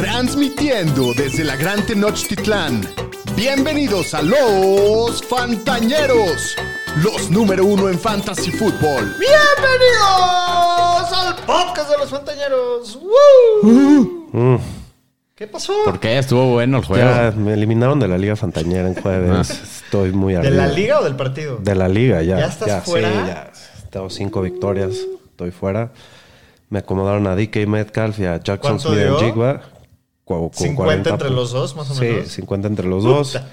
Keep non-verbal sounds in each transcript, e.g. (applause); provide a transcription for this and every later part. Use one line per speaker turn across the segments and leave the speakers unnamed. Transmitiendo desde la Gran Tenochtitlán. Bienvenidos a los Fantañeros, los número uno en Fantasy Football.
Bienvenidos al podcast de los Fantañeros. ¡Woo!
Mm,
¿Qué pasó?
¿Por qué? Estuvo bueno el juego.
ya me eliminaron de la Liga Fantañera en jueves. Estoy muy
¿De la
arriba.
liga o del partido?
De la Liga, ya.
¿Ya estás
sí,
fuera?
ya. Tengo cinco victorias. Estoy fuera. Me acomodaron a DK Metcalf y a Jackson
¿Cuánto
Smith
dio?
Jigba.
50 entre los dos, más o menos.
Sí, 50 entre los dos.
Puta.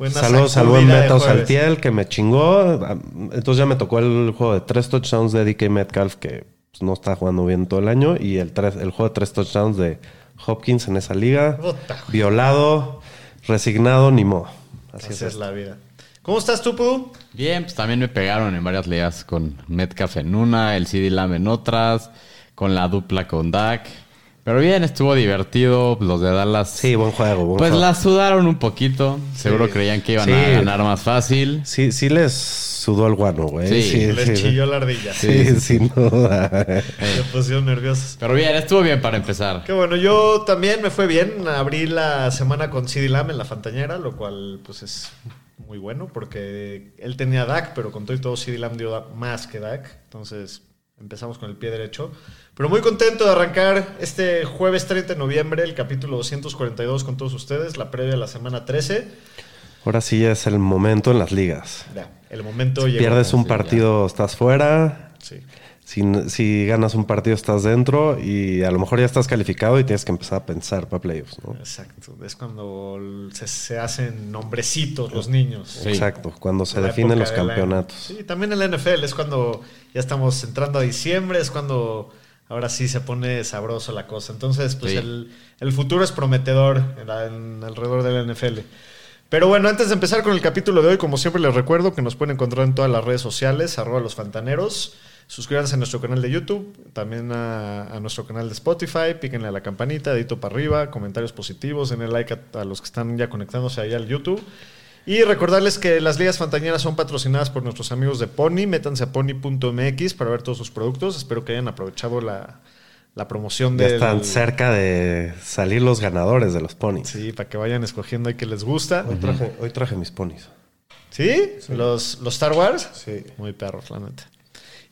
Buena
Saludos al
sacudida
buen
de
Beto
jueves.
Saltiel, que me chingó. Entonces ya me tocó el juego de tres touchdowns de DK Metcalf, que pues, no está jugando bien todo el año. Y el, tres- el juego de tres touchdowns de Hopkins en esa liga.
Puta, güey.
Violado, resignado, ni modo. Así,
Así
es.
es la vida. ¿Cómo estás tú, Pudu?
Bien, pues también me pegaron en varias ligas con Metcalf en una, el CD Lamb en otras, con la dupla con Dak. Pero bien, estuvo divertido. Los de Dallas.
Sí, buen juego. buen
Pues
juego.
la sudaron un poquito. Seguro creían que iban
Sí.
a ganar más fácil.
Sí, sí les sudó el guano, güey.
Sí,
Les chilló la ardilla.
Sí, sin duda.
Se pusieron nerviosos.
Pero bien, estuvo bien para empezar.
Qué bueno, yo también me fue bien. Abrí la semana con CD Lamb en la Fantañera, lo cual pues es muy bueno porque él tenía DAC, pero con todo y todo CD Lamb dio da- más que DAC. Entonces empezamos con el pie derecho. Pero muy contento de arrancar este jueves 30 de noviembre el capítulo 242 con todos ustedes, la previa de la semana 13.
Ahora sí ya es el momento en las ligas.
Ya, el momento llegó.
Pierdes un
sí,
partido, estás fuera.
Sí.
Si, si ganas un partido, estás dentro y a lo mejor ya estás calificado y tienes que empezar a pensar para playoffs, ¿no?
Exacto, es cuando se, se hacen nombrecitos los niños.
Sí.
Exacto, cuando se
la
definen
época
los
de la-
campeonatos.
sí, también en la NFL es cuando ya estamos entrando a diciembre, es cuando ahora sí se pone sabroso la cosa. Entonces, pues
Sí.
el, el futuro es prometedor en la- en- alrededor de la NFL. Pero bueno, antes de empezar con el capítulo de hoy, como siempre les recuerdo que nos pueden encontrar en todas las redes sociales, arroba los fantaneros. Suscríbanse a nuestro canal de YouTube, también a, a nuestro canal de Spotify, píquenle a la campanita, dedito para arriba, comentarios positivos, denle like a, a los que están ya conectándose ahí al YouTube. Y recordarles que las ligas fantañeras son patrocinadas por nuestros amigos de Pony. Métanse a pony.mx para ver todos sus productos. Espero que hayan aprovechado la, la promoción
Ya
de.
están cerca de salir los ganadores de los ponies.
Sí, para que vayan escogiendo ahí que les gusta.
Hoy, traje, hoy traje mis ponies.
¿Sí? ¿Los, los Star Wars?
Sí.
Muy perros, la neta.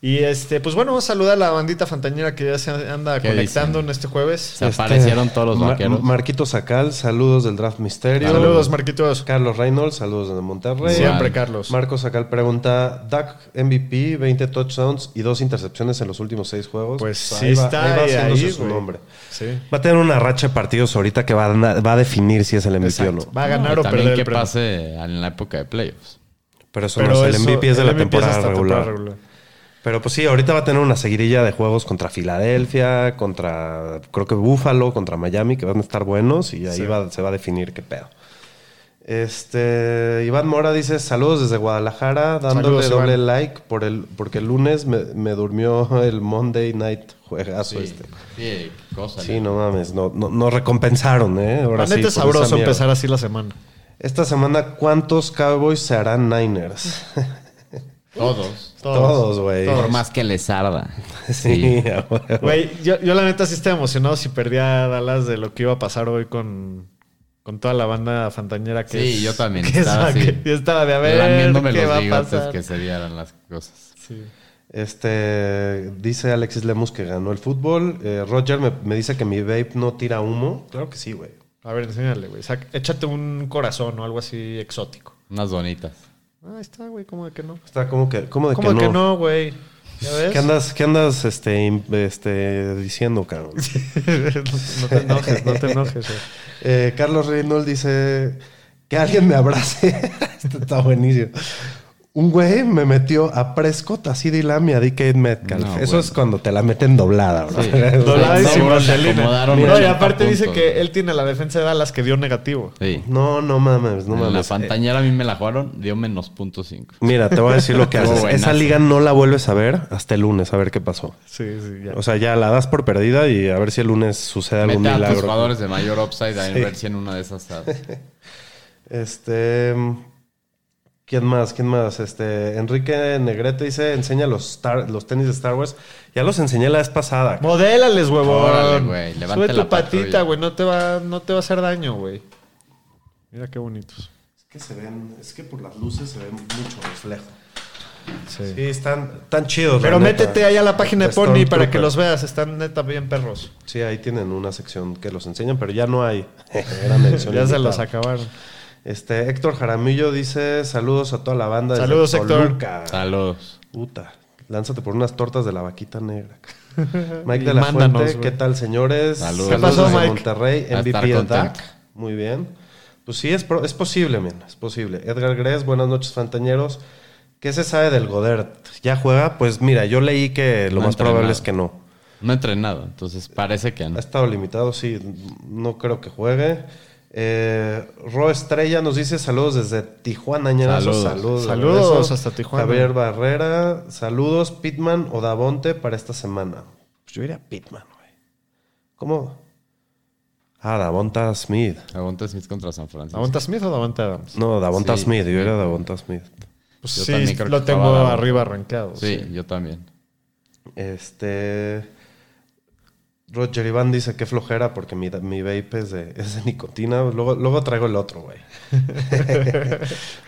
Y este, pues bueno, vamos a saludar a la bandita fantañera que ya se anda
¿Qué
conectando
dicen?
en este jueves.
Se aparecieron todos los vaqueros.
Marquito Sacal, saludos del Draft Misterio.
Saludos, Marquitos.
Carlos Reynolds, saludos desde Monterrey.
Siempre,
Igual.
Carlos.
Marcos Sacal pregunta, Dak MVP, 20 touchdowns y dos intercepciones en los últimos seis juegos.
Pues sí
ahí va-
está
va
ahí,
haciéndose
ahí,
su
güey.
nombre.
Sí.
Va a tener una racha de partidos ahorita que va a, va a definir si es el MVP o
Exacto.
no.
Va a ganar
No, y
o
también
perder el
que
premio.
pase en la época de playoffs.
Pero eso
Pero
no es
eso-
el MVP es de la
MVP
temporada,
hasta
regular.
temporada regular.
Pero pues sí, ahorita va a tener una seguidilla de juegos contra Filadelfia, contra creo que Buffalo, contra Miami, que van a estar buenos y ahí
Sí.
va- se va a definir qué pedo. Este, Iván Mora dice saludos desde Guadalajara, dándole
Saludos,
doble
Iván.
like por el, porque el lunes me, me durmió el Monday Night juegazo
Pues,
este.
Sí, cosa.
Sí, no mames, no, no, no recompensaron, ¿eh? Ahora
La neta
sí, por
es
esa
sabroso
mierda.
empezar así la semana.
Esta semana, ¿cuántos Cowboys se harán Niners?
Todos.
Todos, güey.
Por más que les arda.
Sí, a huevo.
Güey, yo, yo la neta sí estaba emocionado si perdía a Dallas de lo que iba a pasar hoy con, con toda la banda fantañera que
Sí,
es-
yo también
(laughs) que
estaba
es-
así.
que- yo estaba de a ver
Lamiéndome
qué
los
va a
bigotes
pasar.
que se vieran las cosas.
Sí.
Este dice Alexis Lemus que ganó el fútbol. Eh, Roger me, me dice que mi vape no tira humo. Claro que sí, güey.
A ver, enséñale, güey. Sac- échate un corazón o algo así exótico.
Unas bonitas.
Ah, ahí está, güey, ¿cómo de que no?
Está como que, como de
¿Cómo
que,
de que
no?
no, güey? ¿Ya ves?
¿Qué andas, qué andas este, im- este, diciendo, cabrón?
(laughs) no te enojes, no te enojes.
(laughs)
güey.
(laughs) Eh, Carlos Reynolds dice que alguien me abrace. (laughs) Esto está buenísimo. Un güey me metió a Prescott, a CD Lamb y a DK Metcalf.
No,
Eso
bueno.
es cuando te la meten doblada, bro. (laughs)
Sí.
Doblada y
No,
sin
bro, le
vaselina.
acomodaron
No, y
80
aparte dice
puntos,
que
güey.
él tiene la defensa de Dallas que dio negativo.
Sí.
No, no mames, no
En
mames.
la
Eh,
pantañera a mí me la jugaron, dio menos punto cinco.
Mira, te voy a decir lo
(laughs)
que
Estuvo
haces. Esa
buenazo.
liga no la vuelves a ver hasta el lunes, a ver qué pasó.
Sí, sí, ya.
O sea, ya la das por perdida y a ver si el lunes sucede algún
Mete a tus
milagro.
jugadores de mayor upside a
(laughs) Sí.
ver si en una de esas.
Este. ¿Quién más? ¿Quién más? Este, Enrique Negrete dice, enseña los, Star- los tenis de Star Wars. Ya los enseñé la vez pasada.
Modélales, huevón.
Órale, güey, levante
Sube tu
la patrulla.
patita, güey. No, te va- no te va a hacer daño, güey. Mira qué bonitos.
Es que se ven, es que por las luces se ven mucho reflejo.
Sí.
Sí, están tan chidos.
Pero
la neta.
métete ahí a la página de Pony para
Stormtrooper.
que los veas. Están neta bien perros.
Sí, ahí tienen una sección que los enseñan, pero ya no
(laughs)
hay. Era una edición
Ya se
limitada.
los acabaron.
Este, Héctor Jaramillo dice, saludos a toda la banda desde
Saludos, Héctor. Ah.
Toluca".
Saludos.
Puta, lánzate por unas tortas de la
(laughs)
vaquita negra. Mike
Y
de la
mándanos,
Fuente,
güey.
¿qué tal, señores?
Saludos.
¿Qué pasó,
desde
Mike?
Monterrey,
A estar
MVP de
content.
DAC. Muy bien. Pues sí, es, pro- es posible, men, es posible. Edgar Gres, buenas noches, fantañeros. ¿Qué se sabe del Godert? ¿Ya juega? Pues mira, yo leí que lo
No ha
más probable
entrenado.
es que no.
No he entrenado, entonces parece que
Ha
no.
estado limitado, sí. No creo que juegue. Eh, Ro Estrella nos dice saludos desde Tijuana, ñerazo.
Saludos.
Saludos. de
Saludos
regreso.
hasta Tijuana.
Javier Barrera, saludos Pitman o Davonte para esta semana. Pues yo iría a Pitman, güey. ¿Cómo? Ah, Davonta Smith.
Aguanta Smith contra San Francisco.
¿Davonta Smith o Davante Adams?
No, Davonta
Sí.
Smith. Yo era Davonta Smith.
Pues
Yo
sí,
también creo
lo
que
tengo
estaba Davante.
arriba arrancado.
Sí, yo también.
Este. Roger Iván dice que flojera porque mi, mi vape es de, es de nicotina. Luego, luego traigo el otro, güey.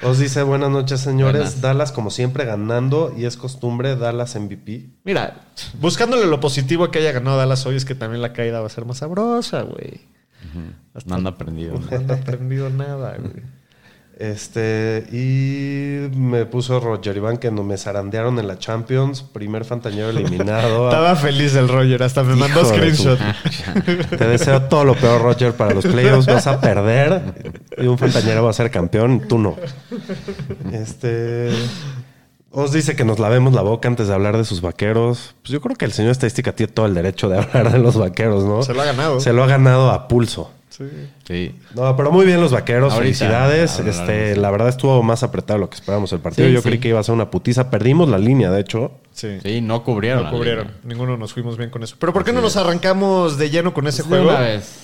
Os dice buenas noches, señores.
Buenas.
Dallas, como siempre, ganando y es costumbre, Dallas MVP.
Mira, buscándole lo positivo que haya ganado Dallas hoy es que también la caída va a ser más sabrosa, güey.
No anda prendido. ¿no? (laughs)
No han aprendido nada, güey.
Este, y me puso Roger Iván que no me zarandearon en la Champions, primer fantañero
(laughs)
eliminado.
Estaba feliz el Roger, hasta me mandó
Hijo de
screenshot.
Te deseo todo lo peor, Roger, para los playoffs. Vas a perder y un fantañero va a ser campeón, tú no. Este. Os dice que nos lavemos la boca antes de hablar de sus vaqueros. Pues yo creo que el señor estadística tiene todo el derecho de hablar de los vaqueros, ¿no?
Se lo ha ganado.
Se lo ha ganado a pulso.
Sí.
Sí.
No, pero muy bien los vaqueros,
Ahorita
felicidades.
hablaremos.
Este, la verdad estuvo más apretado de lo que esperábamos el partido.
Sí,
yo
sí.
creí que iba a ser una putiza. Perdimos la línea, de hecho.
Sí.
Sí, no cubrieron.
No
la
cubrieron.
línea.
Ninguno nos fuimos bien con eso. Pero ¿por qué no nos arrancamos de lleno con ese
Pues de
juego?
una vez.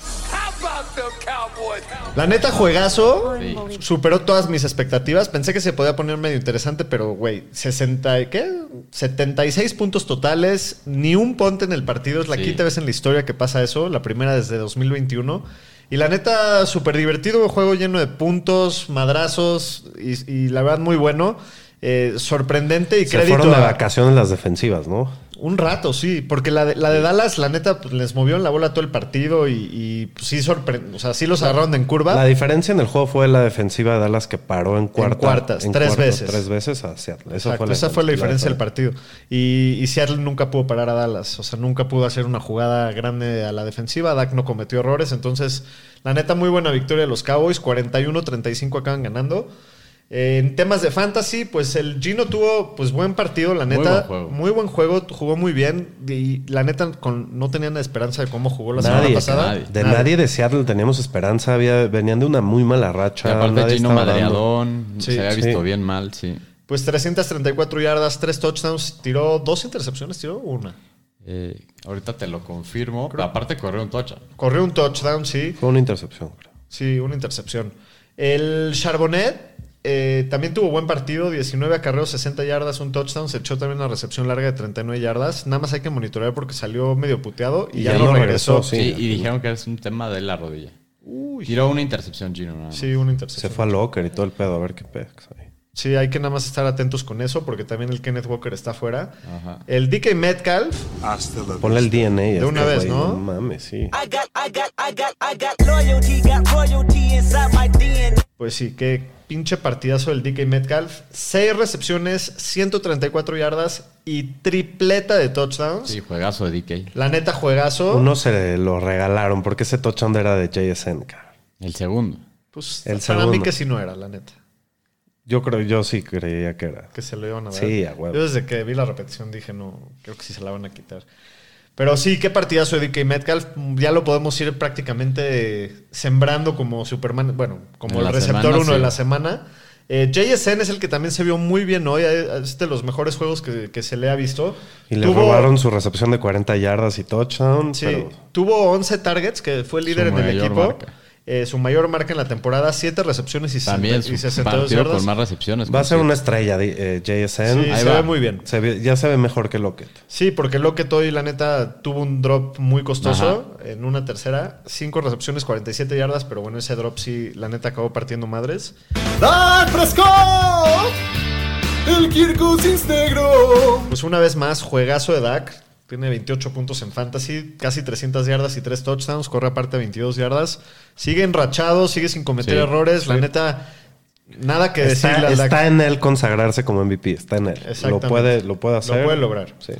La neta, juegazo.
Sí.
Superó todas mis expectativas. Pensé que se podía poner medio interesante, pero, güey, 60, y- ¿qué? 76 puntos totales. Ni un ponte en el partido. Es la
Sí.
quinta vez en la historia que pasa eso. La primera desde 2021. Y la neta, súper divertido. Juego lleno de puntos, madrazos. Y, y la verdad, muy bueno. Eh, sorprendente y
Se
crédito.
fueron de
a-
vacaciones las defensivas, ¿no?
Un rato, sí, porque la de, la de Dallas, la neta, pues les movió la bola todo el partido y, y, pues, sí sorprendió, o sea, sí los agarraron en curva.
La diferencia en el juego fue la defensiva de Dallas que paró en cuarta,
cuartas, tres veces.
Tres veces a Seattle. Esa,
Exacto,
fue, la
esa fue la diferencia del
diferencia.
partido. Y, y Seattle nunca pudo parar a Dallas, o sea, nunca pudo hacer una jugada grande a la defensiva. Dak no cometió errores, entonces, la neta, muy buena victoria de los Cowboys, 41-35 acaban ganando. Eh, en temas de fantasy, pues el Gino tuvo pues buen partido, la
Muy
neta,
buen juego.
muy buen juego, jugó muy bien y la neta con, no tenían esperanza de cómo jugó la semana
Nadie,
pasada.
nadie.
De nadie. de Seattle teníamos esperanza. Había, venían de una muy mala
Y
racha.
aparte
nadie
Chino
estaba
madreadón.
Sí,
se había visto
sí.
bien mal, sí.
Pues 334 yardas, 3 touchdowns, tiró dos intercepciones, tiró una.
Eh, ahorita te lo confirmo. pero aparte corrió un tocha.
Corrió un touchdown, sí,
dando- Fue una intercepción, creo.
sí, una intercepción. El Charbonnet eh, también tuvo buen partido, 19 acarreos, 60 yardas, un touchdown, se echó también una recepción larga de 39 yardas. Nada más hay que monitorear porque salió medio puteado y,
Y
ya,
ya
no
no
regresó.
regresó,
Sí,
Sí,
y
ya.
dijeron que es un tema de la rodilla. Tiró una intercepción, Gino. nada más.
Sí, una
Se
intercepción.
fue a Locker y todo el pedo. A ver qué pedo. hay.
Sí, hay que nada más estar atentos con eso porque también el Kenneth Walker está fuera.
Ajá.
El DK Metcalf,
Ponle el DNA. a este
una vez,
güey,
¿no? Ah,
mames, sí.
I got, I got, I got, I got loyalty, got royalty inside my DNA.
Pues sí, qué pinche partidazo del DK Metcalf. Seis recepciones, 134 yardas y tripleta de touchdowns.
Sí, juegazo de DK.
La neta, juegazo.
Uno se lo regalaron porque ese touchdown era de JSN, cabrón.
El segundo.
Pues,
el
para mí
segundo.
que sí no era, la neta.
Yo creo, yo sí creía que era.
Que se lo iban a dar.
Sí, a huevo.
Yo desde que vi la repetición dije, no, creo que sí se la van a quitar. Pero sí, qué partidazo de DK Metcalf. Ya lo podemos ir prácticamente sembrando como Superman, bueno, como
En
el
la
receptor
semana,
uno de
sí.
la semana. Eh, JSN es el que también se vio muy bien hoy. eh, Es de los mejores juegos que, que se le ha visto.
Y le
Tuvo-
robaron su recepción de 40 yardas y touchdown.
Sí,
pero-
tuvo 11 targets, que fue el líder en
Su
el
mayor
equipo.
marca.
eh, su mayor marca en la temporada, 7 recepciones y,
También
60 y
es un
62
partido con
yardas.
más recepciones.
Va a ser
Sí.
una estrella de, eh, JSN.
Sí,
Ahí
se
va.
ve muy bien.
Se ve- ya se ve mejor que Lockett.
Sí, porque Lockett hoy, la neta, tuvo un drop muy costoso en una tercera. Cinco recepciones, 47 yardas, pero bueno, ese drop sí, la neta, acabó partiendo madres.
¡Dan Fresco! ¡El Kirkus es negro!
Pues una vez más, juegazo de Dak. Tiene 28 puntos en fantasy, casi 300 yardas y 3 touchdowns. Corre aparte 22 yardas. Sigue enrachado, sigue sin cometer
Sí.
errores. La neta, nada que decirle
Está,
al
está
Dak.
en él consagrarse como MVP. Está en él. Lo
Exactamente.
puede, lo puede
Lo
hacer.
puede lograr.
Sí.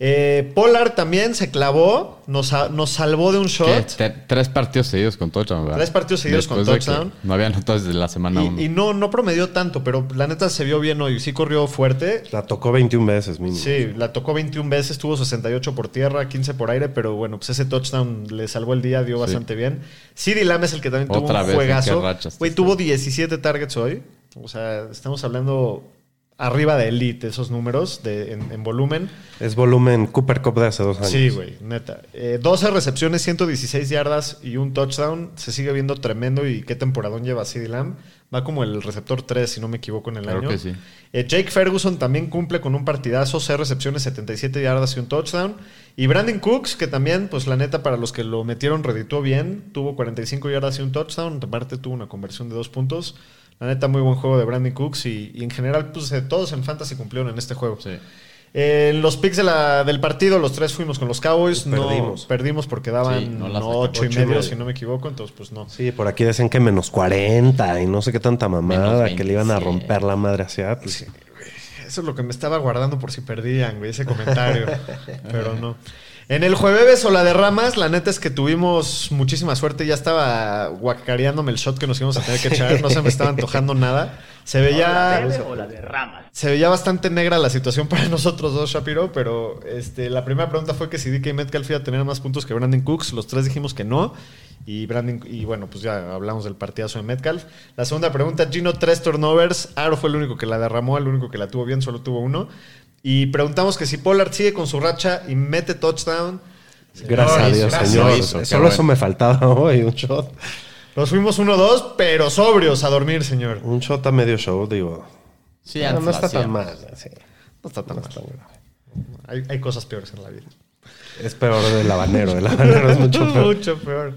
Eh, Pollard también se clavó, nos, sa- nos salvó de un
¿Qué?
shot.
Te- Tres partidos seguidos con touchdown, ¿verdad?
Tres partidos seguidos con
de que
touchdown.
No había anotado desde la semana
Y,
1.
y no, no promedió tanto, pero la neta se vio bien hoy. Sí corrió fuerte.
La tocó 21 veces mínimo.
Sí, la tocó 21 veces, tuvo 68 por tierra, 15 por aire, pero bueno, pues ese touchdown le salvó el día, dio
Sí.
bastante bien. Sidney Lamb es el que también tuvo
Otra
un
vez, ¿en
juegazo.
qué este rachas
Güey,
estás?
tuvo 17 targets hoy. O sea, estamos hablando arriba de elite esos números de, en, en volumen.
Es volumen Cooper Cup de hace dos años.
Sí, güey, neta. Eh, 12 recepciones, 116 yardas y un touchdown. Se sigue viendo tremendo y qué temporadón lleva CD Lamb. Va como el receptor 3, si no me equivoco, en el
Creo
año.
que sí.
Eh, Jake Ferguson también cumple con un partidazo, 6 recepciones, 77 yardas y un touchdown. Y Brandon Cooks, que también, pues la neta, para los que lo metieron, reditó bien. Tuvo 45 yardas y un touchdown. Aparte tuvo una conversión de dos puntos. La neta, muy buen juego de Brandon Cooks. Y, y en general, pues eh, todos en Fantasy cumplieron en este juego.
Sí.
Eh, En los picks de la- del partido, los tres fuimos con los Cowboys.
Pues
no,
perdimos.
perdimos. porque daban
Sí, no
no,
las sacamos.
ocho y
Ocho y
medio,
medio.
si no me equivoco. Entonces, pues no.
Sí, por aquí decían que menos 40 y no sé qué tanta mamada,
Menos
que le iban a
20,
romper la madre a Seattle.
Eso es lo que me estaba guardando por si perdían, güey, ese comentario. (laughs) Pero no. En el jueves o la de ramas, la neta es que tuvimos muchísima suerte. Ya estaba guacareándome el shot que nos íbamos a tener que echar. No se me estaba antojando nada. Se veía. Se veía bastante negra la situación para (laughs) nosotros dos, Shapiro, pero este, la primera pregunta fue que si DK Metcalf iba a tener más puntos que Brandon Cooks. Los tres dijimos que no. Y, Brandon, y bueno, pues ya hablamos del partidazo de Metcalf. La segunda pregunta, Gino, tres turnovers. Aro fue el único que la derramó, el único que la tuvo bien, solo tuvo uno. Y preguntamos que si Pollard sigue con su racha y mete touchdown.
Gracias a
Señores,
Dios,
gracias.
señor.
hizo, qué
Solo
bueno.
eso me faltaba (laughs) hoy, un shot.
Nos fuimos 1-2, pero sobrios a dormir, señor.
Un shot a medio show, digo.
Sí,
no,
antes
no
lo
está tan
hacíamos.
mal. sí.
No está tan mal. Hay, hay cosas peores en la vida.
Es peor del habanero. El habanero
(laughs)
es mucho peor.
Mucho peor.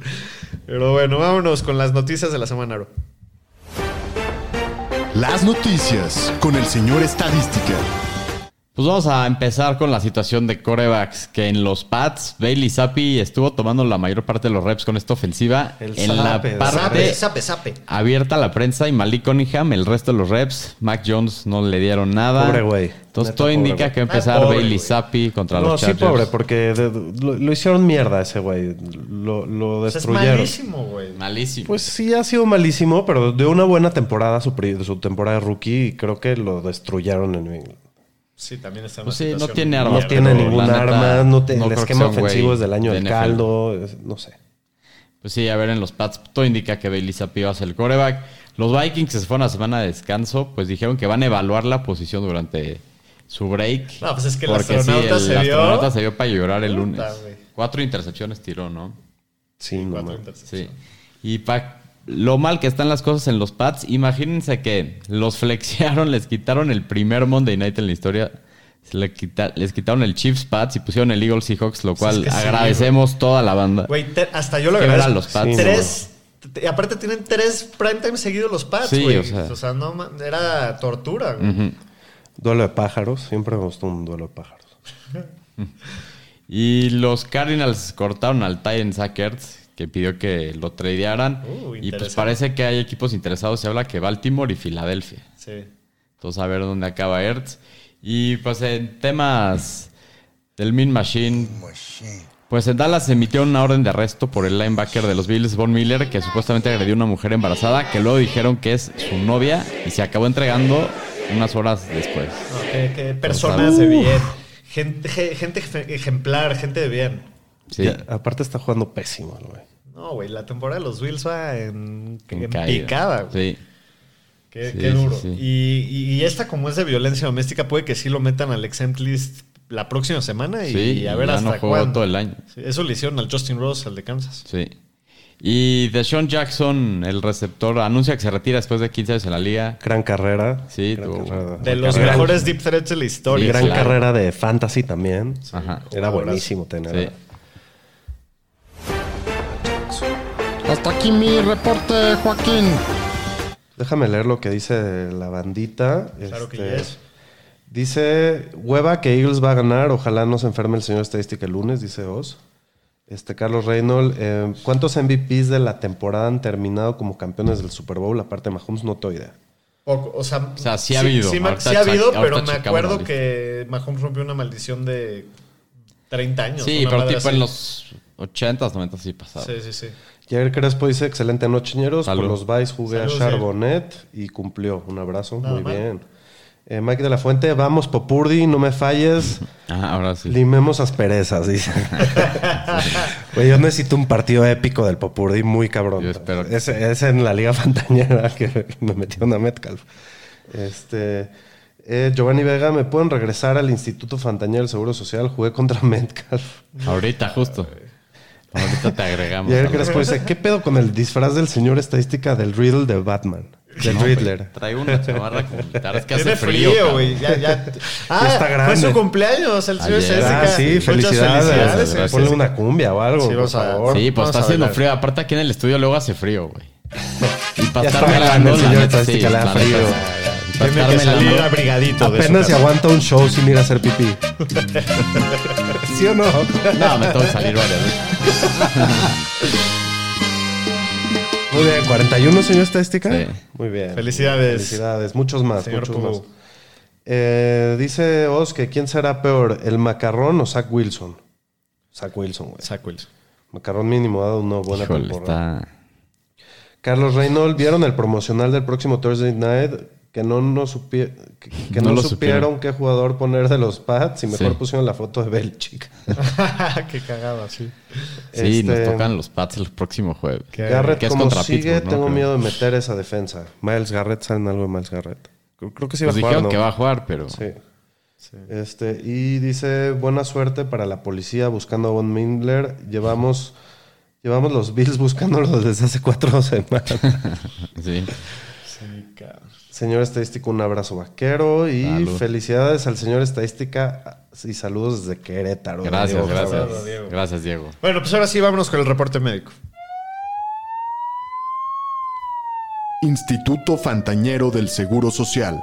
Pero bueno, vámonos con las noticias de la semana, Aro.
Las noticias con el señor Estadística.
Pues vamos a empezar con la situación de corebacks, que en los pads, Bailey Zappi estuvo tomando la mayor parte de los reps con esta ofensiva.
El
en
Zappe,
la parte
sape, sape.
abierta a la prensa y Malik Cunningham, el resto de los reps, Mac Jones no le dieron nada.
Pobre güey.
Entonces
Neta,
todo
pobre
indica
güey.
que va a empezar
Ah, pobre
Bailey
güey.
Zappi contra
No,
los
sí,
Chargers.
pobre, porque de- lo, lo hicieron mierda a ese güey. Lo, lo
Es
destruyeron.
malísimo, güey.
Malísimo.
Pues sí, ha sido malísimo, pero de una buena temporada, su, pri- su temporada de rookie, y creo que lo destruyeron en New England.
Sí, también está en
Pues
una
sí, no
situación-
tiene armas.
No tiene
pero
ningún
la neta,
arma, no te-
no
el
creo que
esquema
sea un güey
ofensivo es del año
de
del
NFL.
caldo, es- no sé.
Pues sí, a ver, en los pads todo indica que Bailey Zappi va a ser el coreback. Los Vikings que se fueron a semana de descanso, pues dijeron que van a evaluar la posición durante su break.
No, pues es que el
Porque
astronauta
sí,
se
el
vio-
astronauta se vio para llorar el
Puta,
lunes.
güey.
Cuatro intercepciones tiró, ¿no?
Sí, no,
Cuatro
man.
intercepciones.
Sí. Y pa lo mal que están las cosas en los pads, imagínense que los (laughs) flexiaron, les quitaron el primer Monday Night en la historia. se le quita- les quitaron el Chiefs Pats y pusieron el Eagles Seahawks, lo cual
es que sí,
agradecemos toda la banda.
Güey, te- hasta yo lo
Que ver
agradezco.
a los Pats.
Tres. te- aparte tienen tres prime time seguidos los Pats,
Sí,
güey.
o sea.
no ma- era tortura, güey.
Duelo de pájaros, siempre me gustó un duelo de pájaros.
Y los Cardinals cortaron al Titan Sackers, que pidió que lo tradearan.
Uh,
y pues
interesante.
parece que hay equipos interesados. Se habla que Baltimore y Filadelfia.
Sí.
Entonces a ver dónde acaba Ertz. Y pues en temas del Min Machine. Pues en Dallas emitió una orden de arresto por el linebacker de los Bills, Von Miller, que supuestamente agredió a una mujer embarazada, que luego dijeron que es su novia y se acabó entregando unas horas después.
No, qué, qué personas de bien. Gente, ge- gente efe- ejemplar, gente de bien.
Sí.
Ya, aparte está jugando pésimo, el güey.
No, güey, la temporada de los Bills va en,
en
en
caída.
picada, güey.
Sí.
Qué,
Sí,
qué duro.
sí, sí.
Y, y- y esta, como es de violencia doméstica, puede que sí lo metan al exempt list la próxima semana y,
Sí,
a ver
ya
hasta
no jugó
cuándo.
todo el año.
Sí, Eso le hicieron al Justin Rose, al de Kansas.
Sí. Y Deshaun Jackson, el receptor, anuncia que se retira después de 15 años en la liga.
Gran carrera.
Sí,
gran
tuvo-
carrera.
De los
Gran-
mejores deep threats de la
Y
historia.
gran
claro.
carrera de fantasy también.
Ajá.
Era buenísimo tener.
Sí.
Hasta aquí mi reporte, Joaquín.
Déjame leer lo que dice la bandita.
Claro que
Este,
yes.
Dice, hueva que Eagles va a ganar. Ojalá no se enferme el señor estadística el lunes, dice Oz. Este, Carlos Reynolds, eh, ¿cuántos MVPs de la temporada han terminado como campeones del Super Bowl? Aparte de Mahomes, no tengo idea.
Poco, o, sea,
sea, sí ha habido.
Sí, ma-
Ahorita
sí ha
sac-
habido,
ahorita
pero me
checamos la
acuerdo
lista.
que Mahomes rompió una maldición de 30 años.
Sí,
una
pero
madre
tipo
así.
en los 80s, 90s sí pasaba.
Sí, sí, sí.
Jair Crespo dice, excelente noche, ñeros.
Salud.
Por los Vice jugué
Salud,
a
Jair.
Charbonnet y cumplió. Un abrazo.
Nada
Muy
mal.
bien. Eh, Mike de la Fuente, vamos Popurdi, no me falles.
Ah, ahora sí.
Limemos
(laughs)
asperezas, dice. Güey, yo necesito un partido épico del Popurdi muy cabrón.
Yo espero que-
Es, es en la Liga (laughs) Fantañera que me metieron a Metcalf. Este. eh, Giovanni Vega, ¿me pueden regresar al Instituto Fantañera del Seguro Social? Jugué contra Metcalf.
Ahorita,
Ah,
justo. Ahorita te agregamos.
(laughs) Y ayer
algo.
Crespo dice, ¿qué pedo con el disfraz del señor estadística del Riddle de Batman? Del Riddler.
Trae una chamarra con guitarra. Es que hace
Tiene
frío.
frío,
cabrón.
güey.
(laughs)
Ya, ya. Ah,
está grande.
Fue su cumpleaños, el señor
Ayer.
César.
Ah, sí,
Muchas
felicidades.
felicidades, eh,
sí,
Ponle
sí, sí.
una cumbia o algo,
Sí,
por
vamos a-
favor.
Sí, pues
Vamos
está
a
haciendo
bailar.
frío. Aparte aquí en el estudio luego hace frío, güey. Y para
Ya está
estar
grande
bailando,
el
la
señor
neta, sí,
estadística, le da
la
frío.
neta,
Tiene
para estar
que salir
bailando.
abrigadito de su
Apenas se
casa.
aguanta un show sin ir a hacer pipí. ¿Sí o no?
No, me tengo que salir varias veces.
Muy bien, 41 señor estadística.
Sí.
Muy bien.
Felicidades.
Felicidades, muchos más,
Señor
muchos
Pugo.
más. Eh, dice Oz que quién será peor, el macarrón o Zach Wilson. Zach Wilson, güey.
Zach Wilson.
Macarrón mínimo ha dado una buena
Híjole,
temporada.
está...
Carlos Reynolds, ¿vieron el promocional del próximo Thursday Night? Que no, nos supie- que, que
No
no
lo
supieron qué jugador poner de los pads y mejor
Sí.
pusieron la foto de Belichick.
(laughs) Qué cagada, sí.
Sí, nos
Este-
tocan los Pats el próximo jueves.
Qué-
Garrett,
que pues es
como
contra
sigue,
Pittsburgh, ¿no?
tengo
Creo.
miedo de meter esa defensa. Miles Garrett, ¿saben algo de Miles Garrett? Creo, creo que sí va
Nos
a
Pues
jugar,
dijeron
¿no?
que va a jugar, pero...
Sí. Este, y dice, buena suerte para la policía buscando a Von Mindler. Llevamos, llevamos los Bills buscándolo desde hace cuatro (laughs) semanas.
Sí.
Sí, cabrón.
Señor Estadístico, un abrazo vaquero y
Salud.
felicidades al señor Estadística y saludos desde Querétaro.
Gracias,
Diego.
gracias.
Bravo, Diego.
Gracias, Diego.
Bueno, pues ahora sí, vámonos con el reporte médico.
Instituto Fantañero del Seguro Social.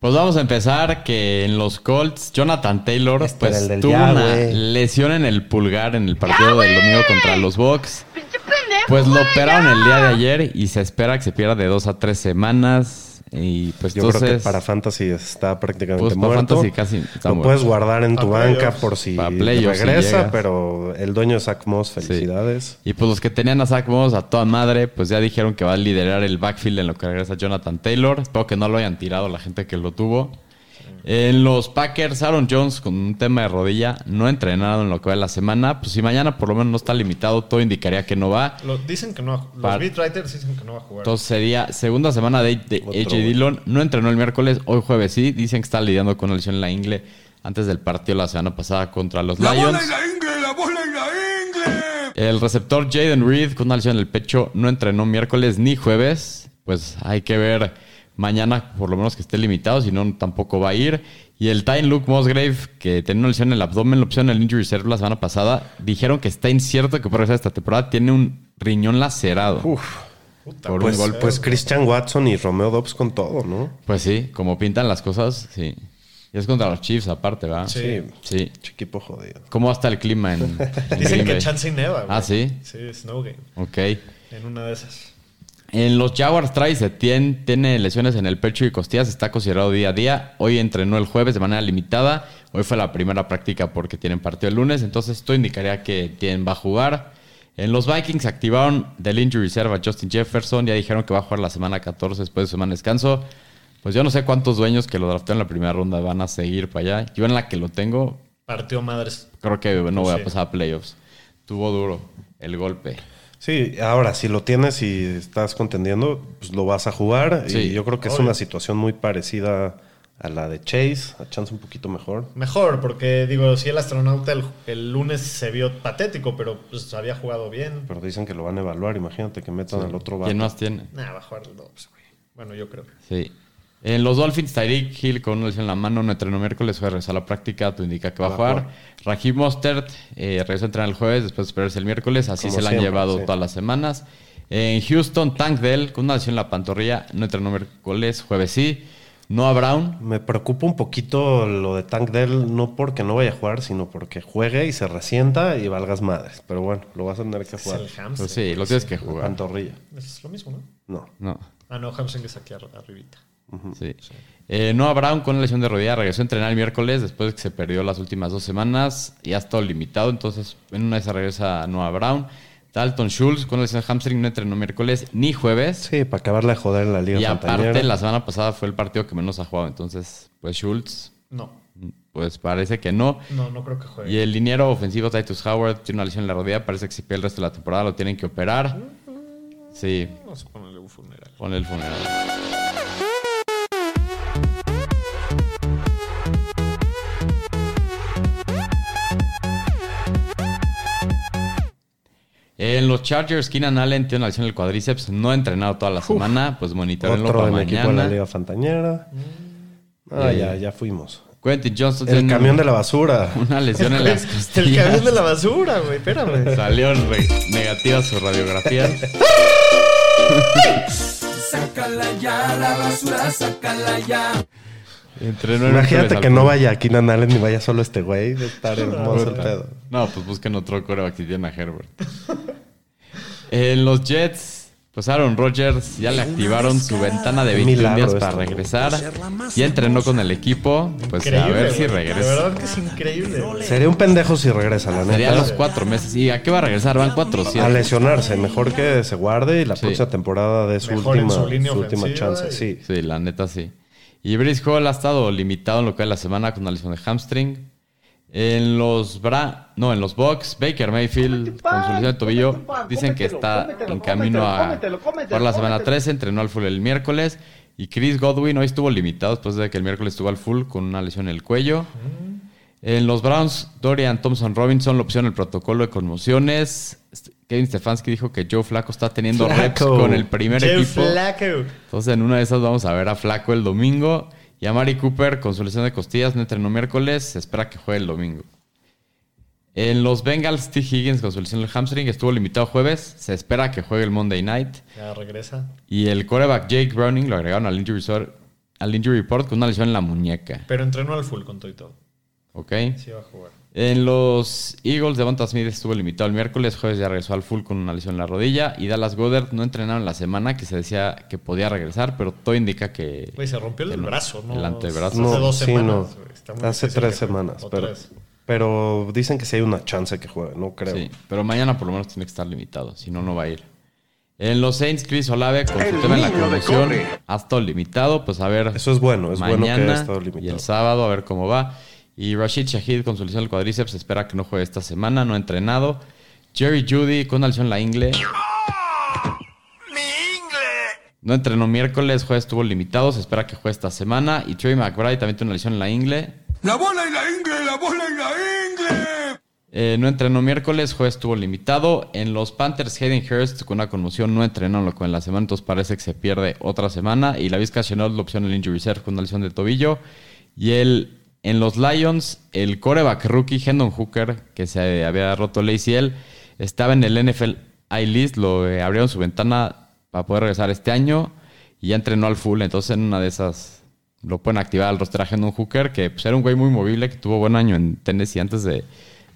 Pues vamos a empezar que en los Colts, Jonathan Taylor
Este era el
pues
del
tuvo
ya,
una
güey.
lesión en el pulgar en el partido del domingo contra los Bucks. Pues lo operaron el día de ayer y se espera que se pierda de dos a tres semanas. Y pues
Yo creo
entonces...
que para Fantasy está prácticamente
Pues para
muerto.
Fantasy casi está
Lo
muerto.
puedes guardar en
Pa'
tu
playoffs.
banca por si
Pa' playoffs, si
regresa,
llegas.
pero el dueño de Zach Moss,
Sí.
felicidades.
Y pues los que tenían a Zach Moss a toda madre, pues ya dijeron que va a liderar el backfield en lo que regresa Jonathan Taylor. Espero que no lo hayan tirado la gente que lo tuvo. En los Packers, Aaron Jones con un tema de rodilla, no entrenaron en lo que va de la semana. Pues si mañana por lo menos no está limitado, todo indicaría que no va.
Lo- dicen que no va a ju- Los
Par-
beat writers dicen que no va a jugar.
Entonces sería segunda semana de, de
Otro,
AJ
güey.
Dillon. No entrenó el miércoles, hoy jueves sí. Dicen que está lidiando con una lesión en la ingle antes del partido la semana pasada contra los Lions. El receptor Jaden Reed con una lesión en el pecho no entrenó miércoles ni jueves. Pues hay que ver mañana, por lo menos que esté limitado, si no, tampoco va a ir. Y el Time Luke Musgrave, que tenía una lesión en el abdomen, la opción en el injury reserve la semana pasada, dijeron que está incierto que puede regresar esta temporada. Tiene un riñón lacerado.
Puta,
por
Pues,
un golpe.
pues Christian Watson y Romeo Dobbs con todo, ¿no?
Pues sí, como pintan las cosas, sí. Y es contra los Chiefs aparte, ¿verdad?
Sí.
Sí.
Chiquipo jodido.
¿Cómo está el clima en,
(laughs) Dicen
en Green
que
Bay?
chance y neva. güey.
Ah, ¿sí?
Sí, Snow Game.
Ok.
En una de esas.
En los Jaguars Travis Etienne tiene lesiones en el pecho y costillas, está considerado día a día. Hoy entrenó el jueves de manera limitada. Hoy fue la primera práctica porque tienen partido el lunes, entonces esto indicaría que Etienne va a jugar. En los Vikings activaron del injury reserve a Justin Jefferson, ya dijeron que va a jugar la semana 14 después de semana de descanso. Pues yo no sé cuántos dueños que lo draftearon en la primera ronda van a seguir para allá. Yo en la que lo tengo,
Partió madres.
creo que no voy
Sí.
a pasar a playoffs. Tuvo duro el golpe.
Sí, ahora si lo tienes y estás contendiendo, pues lo vas a jugar.
Sí,
y yo creo que es
obvio.
una situación muy parecida a la de Chase, a Chance un poquito mejor.
Mejor, porque digo, sí, el astronauta el, el lunes se vio patético, pero pues había jugado bien.
Pero dicen que lo van a evaluar, imagínate que metan al otro vato.
¿Quién más tiene?
Nada, va a jugar el Dobbs, güey. Bueno, yo creo.
Sí. En los Dolphins, Tyreek Hill con una lesión en la mano no entrenó miércoles, fue regresó a la práctica, tú indica que va a jugar. Raheem Mostert eh, regresó a entrenar el jueves, después de esperarse el miércoles, así
Como
se la han
siempre,
llevado
sí.
todas las semanas. En Houston, Tank Dell con una lesión en la pantorrilla, no entrenó miércoles, jueves sí. Noah Brown,
Me preocupa un poquito lo de Tank Dell, no porque no vaya a jugar, sino porque juegue y se resienta y valgas madres. Pero bueno, lo vas a tener que
Es
jugar.
el hamstring.
pues sí, lo tienes que jugar.
Pantorrilla.
Es lo mismo, ¿no?
No.
No.
Ah, no, hamstring es aquí ar- arribita.
Mm, Sí. Eh, Noah Brown con una lesión de rodilla regresó a entrenar el miércoles después de que se perdió las últimas dos semanas y ha estado limitado. Entonces, en una de esas regresa Noah Brown. Dalton Schultz con una lesión de hamstring no entrenó miércoles ni jueves.
Sí, para acabarla de joder en la liga.
y aparte,
Fantañera.
la semana pasada fue el partido que menos ha jugado. Entonces, pues Schultz,
No,
pues parece que no.
no, no creo que juegue.
Y el liniero ofensivo Titus Howard tiene una lesión en la rodilla. Parece que si pierde el resto de la temporada lo tienen que operar. Sí,
Vamos a ponerle un funeral.
Ponle el funeral. En los Chargers, Keenan Allen tiene una lesión en el cuadríceps. No ha entrenado toda la semana. Pues monitorenlo
Otro
para
del equipo de la
mañana. Mm.
Liga Fantañera. Ah, ya, ya fuimos.
Quentin Johnson
El
tiene
camión de la basura.
(laughs) una lesión
(laughs)
en las
El
costillas. (laughs)
camión de la basura, güey, espérame.
Salió re- negativa su
(laughs)
radiografía.
Sácala ya, la basura, sácala ya.
Entrenó el
Imagínate
miércoles
que
al-
no vaya aquí Nan Allen ni vaya solo este güey. De (laughs) estar hermoso el pedo.
No, pues busquen otro coreback si tienen a Herbert. En los Jets, pues Aaron Rodgers ya le activaron su ventana de 21
Milagro
días para
esto.
regresar. Ya entrenó con el equipo, pues a ver si
güey.
regresa.
De verdad que es increíble. güey.
Sería un pendejo si regresa, la
Sería
neta.
los cuatro meses. ¿Y a qué va a regresar? Van
A
400.
lesionarse, mejor que se guarde y la
Sí.
próxima temporada de su
Mejor en
última,
su línea
su última
ofensiva
chance.
y-
Sí.
Sí, la neta sí. Y Brice Hall ha estado limitado en lo que es la semana con una lesión de hamstring. En los bra... No, en los box, Baker Mayfield con su lesión de tobillo dicen que está en camino a por la semana 13, entrenó al full el miércoles y Chris Godwin hoy estuvo limitado después de que el miércoles estuvo al full con una lesión en el cuello. En los Browns, Dorian Thompson Robinson, la opción el protocolo de conmociones. Este, Kevin Stefanski dijo que Joe Flaco está teniendo reps
Flacco.
con el primer
Joe
equipo.
Flacco.
Entonces, en una de esas vamos a ver a Flaco el domingo. Y a Mari Cooper con su lesión de costillas no entrenó miércoles. Se espera que juegue el domingo. En los Bengals, T. Higgins con su lesión del hamstring estuvo limitado jueves. Se espera que juegue el Monday night.
Ya regresa.
Y el coreback Jake Browning lo agregaron al injury, sor- al injury report con una lesión en la muñeca.
Pero entrenó al full con todo y todo.
¿Ok?
Sí va a jugar.
En los Eagles, Devonta Smith estuvo limitado el miércoles, jueves ya regresó al full con una lesión en la rodilla y Dallas Goddard no entrenaron la semana que se decía que podía regresar, pero todo indica que...
Güey, se rompió el,
que no.
brazo, ¿no?
El antebrazo.
Hace
No,
dos
sí,
semanas.
no.
güey. Está muy
Hace
difícil
tres
que juegue.
semanas,
O
pero,
tres.
pero dicen que sí hay una chance que juegue, no creo.
Sí, pero mañana por lo menos tiene que estar limitado, si no, no va a ir. En los Saints, Chris Olave con su tema en la conmoción ha estado limitado, pues a ver...
Eso es bueno, es bueno que
mañana
haya estado
y
limitado.
el sábado a ver cómo va. Y Rashid Shahid con su lesión del cuadríceps espera que no juegue esta semana, no ha entrenado. Jerry Judy con una lesión en la ingle. No entrenó miércoles, jueves estuvo limitado, se espera que juegue esta semana. Y Trey McBride también tiene una lesión en la ingle.
La bola y la ingle, la bola y la ingle.
Eh, no entrenó miércoles, jueves estuvo limitado. En los Panthers, Hayden Hurst con una conmoción no entrenó lo que en la semana, entonces parece que se pierde otra semana. Y la Vizca Chenault, la opción en el injury reserve con una lesión de tobillo. Y el, en los Lions, el coreback rookie Hendon Hooker, que se había roto el ACL, estaba en el NFL I-List, lo eh, abrieron su ventana para poder regresar este año y ya entrenó al full. Entonces, en una de esas lo pueden activar al roster a Hendon Hooker, que pues, era un güey muy movible que tuvo buen año en Tennessee antes de,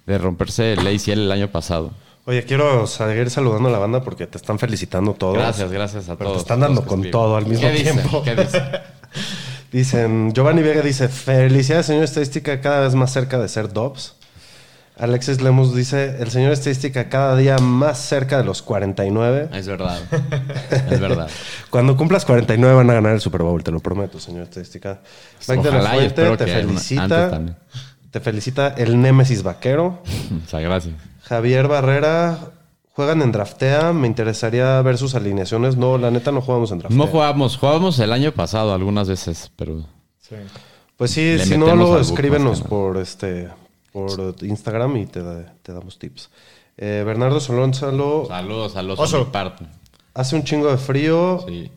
de romperse el ACL el año pasado.
Oye, quiero seguir saludando a la banda porque te están felicitando todos.
Gracias, gracias a
Pero
todos.
te están dando
los que
con
escriben.
todo al mismo
¿Qué dicen?
tiempo.
¿Qué dicen?
Dicen, Giovanni Vega dice, felicidades señor estadística cada vez más cerca de ser Dobbs. Alexis Lemus dice, el señor estadística cada día más cerca de los 49.
Es verdad. Es
(laughs)
verdad.
Cuando cumplas 49 van a ganar el Super Bowl, te lo prometo, señor estadística. Mike de la
Pues Ojalá y
Fuente
espero
te
que haya una- antes también.
felicita. Te felicita el Némesis Vaquero.
Muchas gracias.
Javier Barrera, juegan en draftea, me interesaría ver sus alineaciones. No, la neta no jugamos en draftea.
No jugamos, jugamos el año pasado algunas veces, pero
Sí.
Pues sí,
Le
si no,
metemos
luego
al book más
escríbenos
que nada.
por este por Instagram y te, da- te damos tips. Eh, Bernardo Solónzalo,
Saludos a los
Oso.
mi parte.
hace un chingo de frío,
Sí.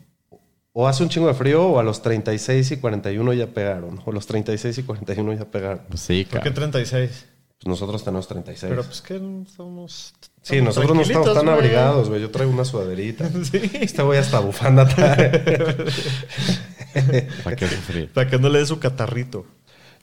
o hace un chingo de frío, o a los 36 y 41 ya pegaron, o los 36 y 41 ya pegaron.
Pues sí,
¿Por qué
cabrón.
36?
Pues nosotros tenemos 36.
Pero pues que no somos.
sí, nosotros no estamos
tranquilitos,
tan
güey.
abrigados, güey. Yo traigo una sudaderita.
(laughs) Sí.
Este güey hasta bufanda trae. (laughs)
¿Para qué sufrir?
Para que no le dé su catarrito.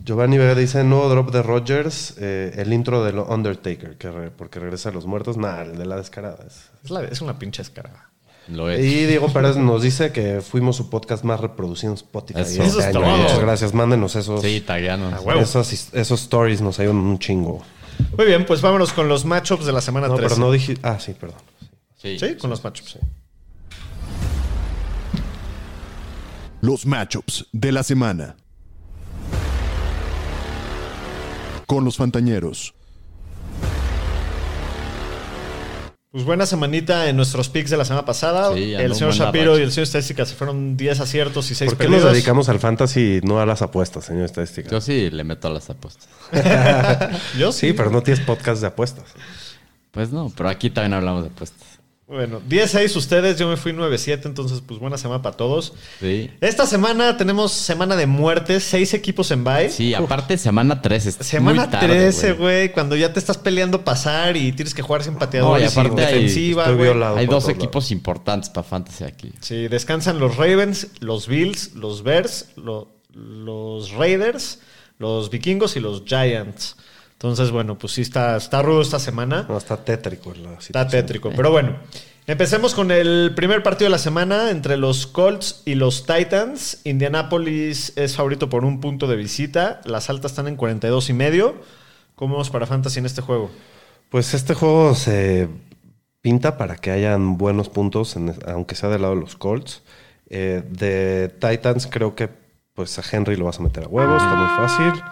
Giovanni Vega dice, nuevo drop de Rogers, eh, el intro de lo Undertaker, que re- porque regresa a los muertos. Nah, el de la descarada. es-
Es, la- es una pinche escarada.
Lo es.
Y Diego Pérez nos dice que fuimos su podcast más reproducido en Spotify. este
Eso.
Eso es
año.
todo.
Muchas gracias. Mándenos esos,
Sí, tagueanos.
Ah, huevo.
esos, esos stories, nos ayudan un chingo.
Muy bien, pues vámonos con los matchups de la semana
No,
13.
pero no dije... Ah, sí, perdón.
Sí.
Sí, con los matchups.
Los matchups de la semana. Con los Fantañeros.
Pues buena semanita en nuestros picks de la semana pasada.
Sí, andó
el señor
en buena
Shapiro
racha.
y el señor Estadística se fueron 10 aciertos y 6
¿Por qué
perdidos.
nos dedicamos al fantasy y no a las apuestas, señor estadística?
Yo sí le meto a las apuestas.
Yo
Sí, pero no tienes podcast de apuestas.
Pues no, pero aquí también hablamos de apuestas.
Bueno, 10-6 ustedes, yo me fui 9-7, entonces pues buena semana para todos.
Sí.
Esta semana tenemos semana de muertes, 6 equipos en
¿Eh?
bye.
Sí, aparte semana 13. está
Semana
muy tarde,
13, güey, cuando ya te estás peleando pasar y tienes que jugar sin pateadores
No, y aparte
sin
hay-
defensiva,
estoy
güey.
violado.
Hay
por
dos
todos lados.
equipos importantes para Fantasy aquí.
Sí, descansan los Ravens, los Bills, los Bears, lo- los Raiders, los Vikingos y los Giants. Entonces, bueno, pues sí está, está rudo esta semana.
No, está tétrico la
Está
situación.
tétrico. Pero bueno, empecemos con el primer partido de la semana entre los Colts y los Titans. Indianapolis es favorito por un punto de visita. Las altas están en 42 y medio. ¿Cómo vamos para Fantasy en este juego?
Pues este juego se pinta para que hayan buenos puntos, en- aunque sea del lado de los Colts. Eh, de Titans creo que pues a Henry lo vas a meter a huevos, está muy fácil.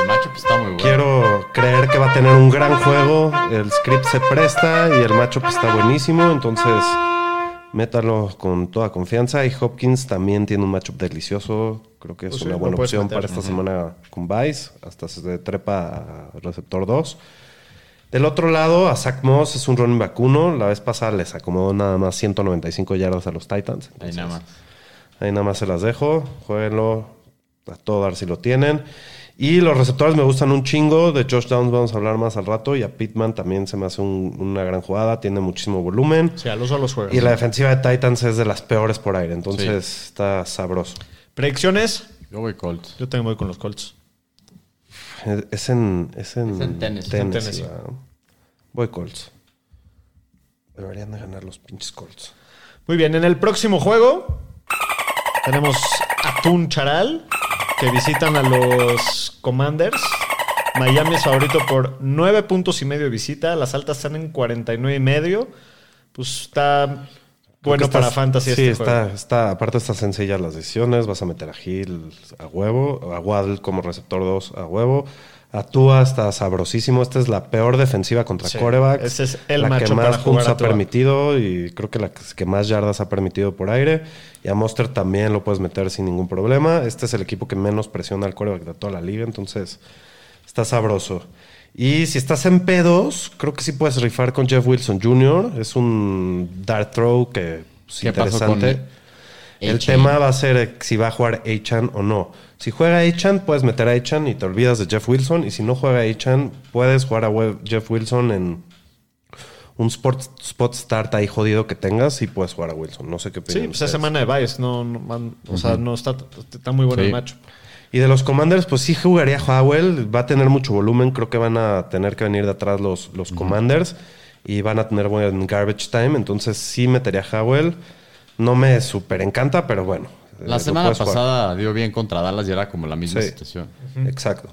El matchup está muy bueno.
Quiero creer que va a tener un gran juego, el script se presta y el matchup está buenísimo, entonces métalo con toda confianza. Y Hopkins también tiene un matchup delicioso, creo que es
Pues sí,
una
lo
buena
puedes
opción
meter.
para esta semana con Vice, hasta se trepa a receptor 2. Del otro lado, a Zach Moss es un running vacuno. La vez pasada les acomodó nada más 195 yardas a los Titans.
Ahí
entonces-
nada más.
Ahí nada más se las dejo. Jueguenlo a todo dar si lo tienen. Y los receptores me gustan un chingo. De Josh Downs vamos a hablar más al rato. Y a Pittman también se me hace un- una gran jugada. Tiene muchísimo volumen.
Sí, a los solos juegos.
Y la defensiva de Titans es de las peores por aire. Entonces está sabroso.
¿Predicciones?
Yo voy Colts.
Yo también voy con los Colts.
Es- Es en, es en,
Es en Tennessee.
Tennessee,
Es en Tennessee.
¿verdad? Voy Colts. Deberían de ganar los pinches Colts.
Muy bien, en el próximo juego tenemos Atún Charal, que visitan a los Commanders. Miami es favorito por 9 puntos y medio de visita. Las altas están en 49 y medio. Pues está bueno
Creo que
para
estás-
Fantasy
Sí,
este
está,
juego.
está, aparte están sencillas las decisiones. Vas a meter a Gil a huevo, a Waddle como receptor 2 a huevo. A Tua está sabrosísimo. Esta es la peor defensiva contra
Sí,
corebacks.
ese es el
La que
macho
más
para jugar
puntos
a
ha
Tua.
permitido y creo que la que que más yardas ha permitido por aire. Y a Monster también lo puedes meter sin ningún problema. Este es el equipo que menos presiona al coreback de toda la liga. Entonces, Está sabroso. Y si estás en pedos, creo que sí puedes rifar con Jeff Wilson Jr. Es un dart throw que es
¿Qué pasó con
interesante. El
A-Chain?
tema va a ser eh, si va a jugar A-Chan o no. Si juega A-Chan, puedes meter a A-Chan y te olvidas de Jeff Wilson. Y si no juega A-Chan, puedes jugar a we- Jeff Wilson en un sport, spot start ahí jodido que tengas y puedes jugar a Wilson. No sé qué opinan
Sí, pues es
ustedes.
semana de Bias. No, no van- o sea, no está, está muy bueno
Sí.
el macho.
Y de los Commanders, pues sí jugaría Howell. Va a tener mucho volumen. Creo que van a tener que venir de atrás los, los Commanders. Y van a tener buen garbage time. Entonces sí metería a Howell. No me súper encanta, pero bueno. eh,
La
lo
semana
puedes jugar.
pasada dio bien contra Dallas y era como la misma
Sí.
situación.
Exacto.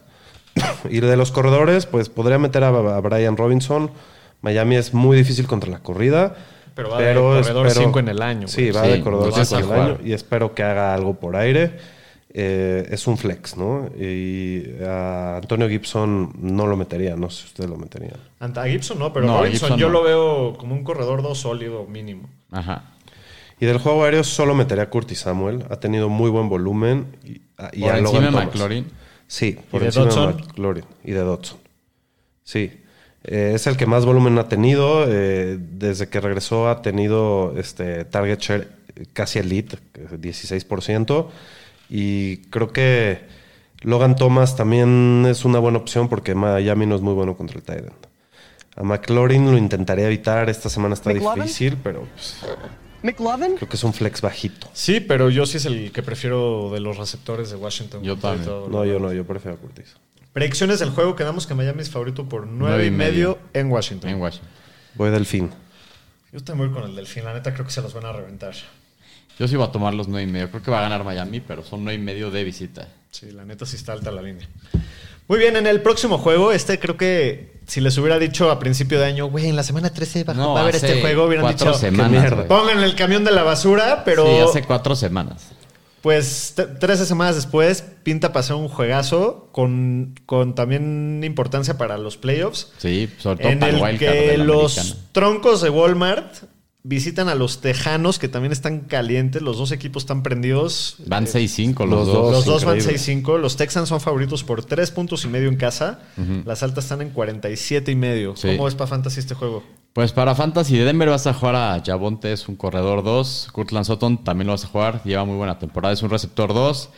(coughs) y de los corredores, pues podría meter a, a Brian Robinson. Miami es muy difícil contra la corrida.
Pero va de corredor cinco en el año, güey.
Sí, va
Sí,
de corredor
entonces
5 en el
va a
año.
jugar.
Y espero que haga algo por aire. Eh, es un flex, ¿no? Y a Antonio Gibson no lo metería. No sé si usted lo metería.
Ante- A Gibson no, pero
No, a
Robinson
Gibson
yo
no.
lo veo como un corredor 2 sólido mínimo.
Ajá.
Y del juego aéreo solo metería a Curtis Samuel. Ha tenido muy buen volumen. Y, a- y
Por encima
a
de
Logan Thomas.
McLaurin.
Sí, por
de
encima de
Dodson?
McLaurin y de Dodson. Sí. Eh, es el que más volumen ha tenido. eh, desde que regresó ha tenido este target share casi elite, que es 16%. Y creo que Logan Thomas también es una buena opción porque Miami no es muy bueno contra el tight end. A McLaurin lo intentaría evitar. Esta semana está
¿McLovin?
difícil, pero pues,
McLovin?
creo que es un flex bajito.
Sí, pero yo sí es el que prefiero de los receptores de Washington.
Yo
Con todo y
también.
todo.
No, yo no, yo prefiero a Curtis.
Predicciones del juego. Quedamos que Miami es favorito por
Nueve
9
y
y medio
medio.
en Washington.
En Washington.
Voy del fin.
Yo también voy con el Delfín. La neta creo que se los van a reventar.
Yo sí voy a tomar los 9 y medio. Creo que va a ganar Miami, pero son 9 y medio de visita.
Sí, la neta sí está alta la línea. Muy bien, en el próximo juego, este creo que si les hubiera dicho a principio de año, güey, en la semana 13 va,
No,
va a haber
hace
este juego, hubieran
cuatro
dicho,
semanas,
"Qué mierda".
güey.
Pongan el camión de la basura, pero
Sí, hace cuatro semanas.
pues t- 13 semanas después pinta pasar un juegazo con, con también importancia para los playoffs,
Sí, sobre todo
en
para el
el
Wildcard de
que
la
los
americana.
troncos de Walmart visitan a los tejanos que también están calientes, los dos equipos están prendidos,
Van 6-5 los,
los
dos.
Los dos van
increíble.
6-5. Los Texans son favoritos por 3 puntos y medio en casa. Las altas están en 47 y medio.
Sí.
¿Cómo es para Fantasy este juego?
Pues para Fantasy de Denver vas a jugar a Javonte, es un corredor 2. Kurtland Sutton también lo vas a jugar, lleva muy buena temporada, es un receptor 2.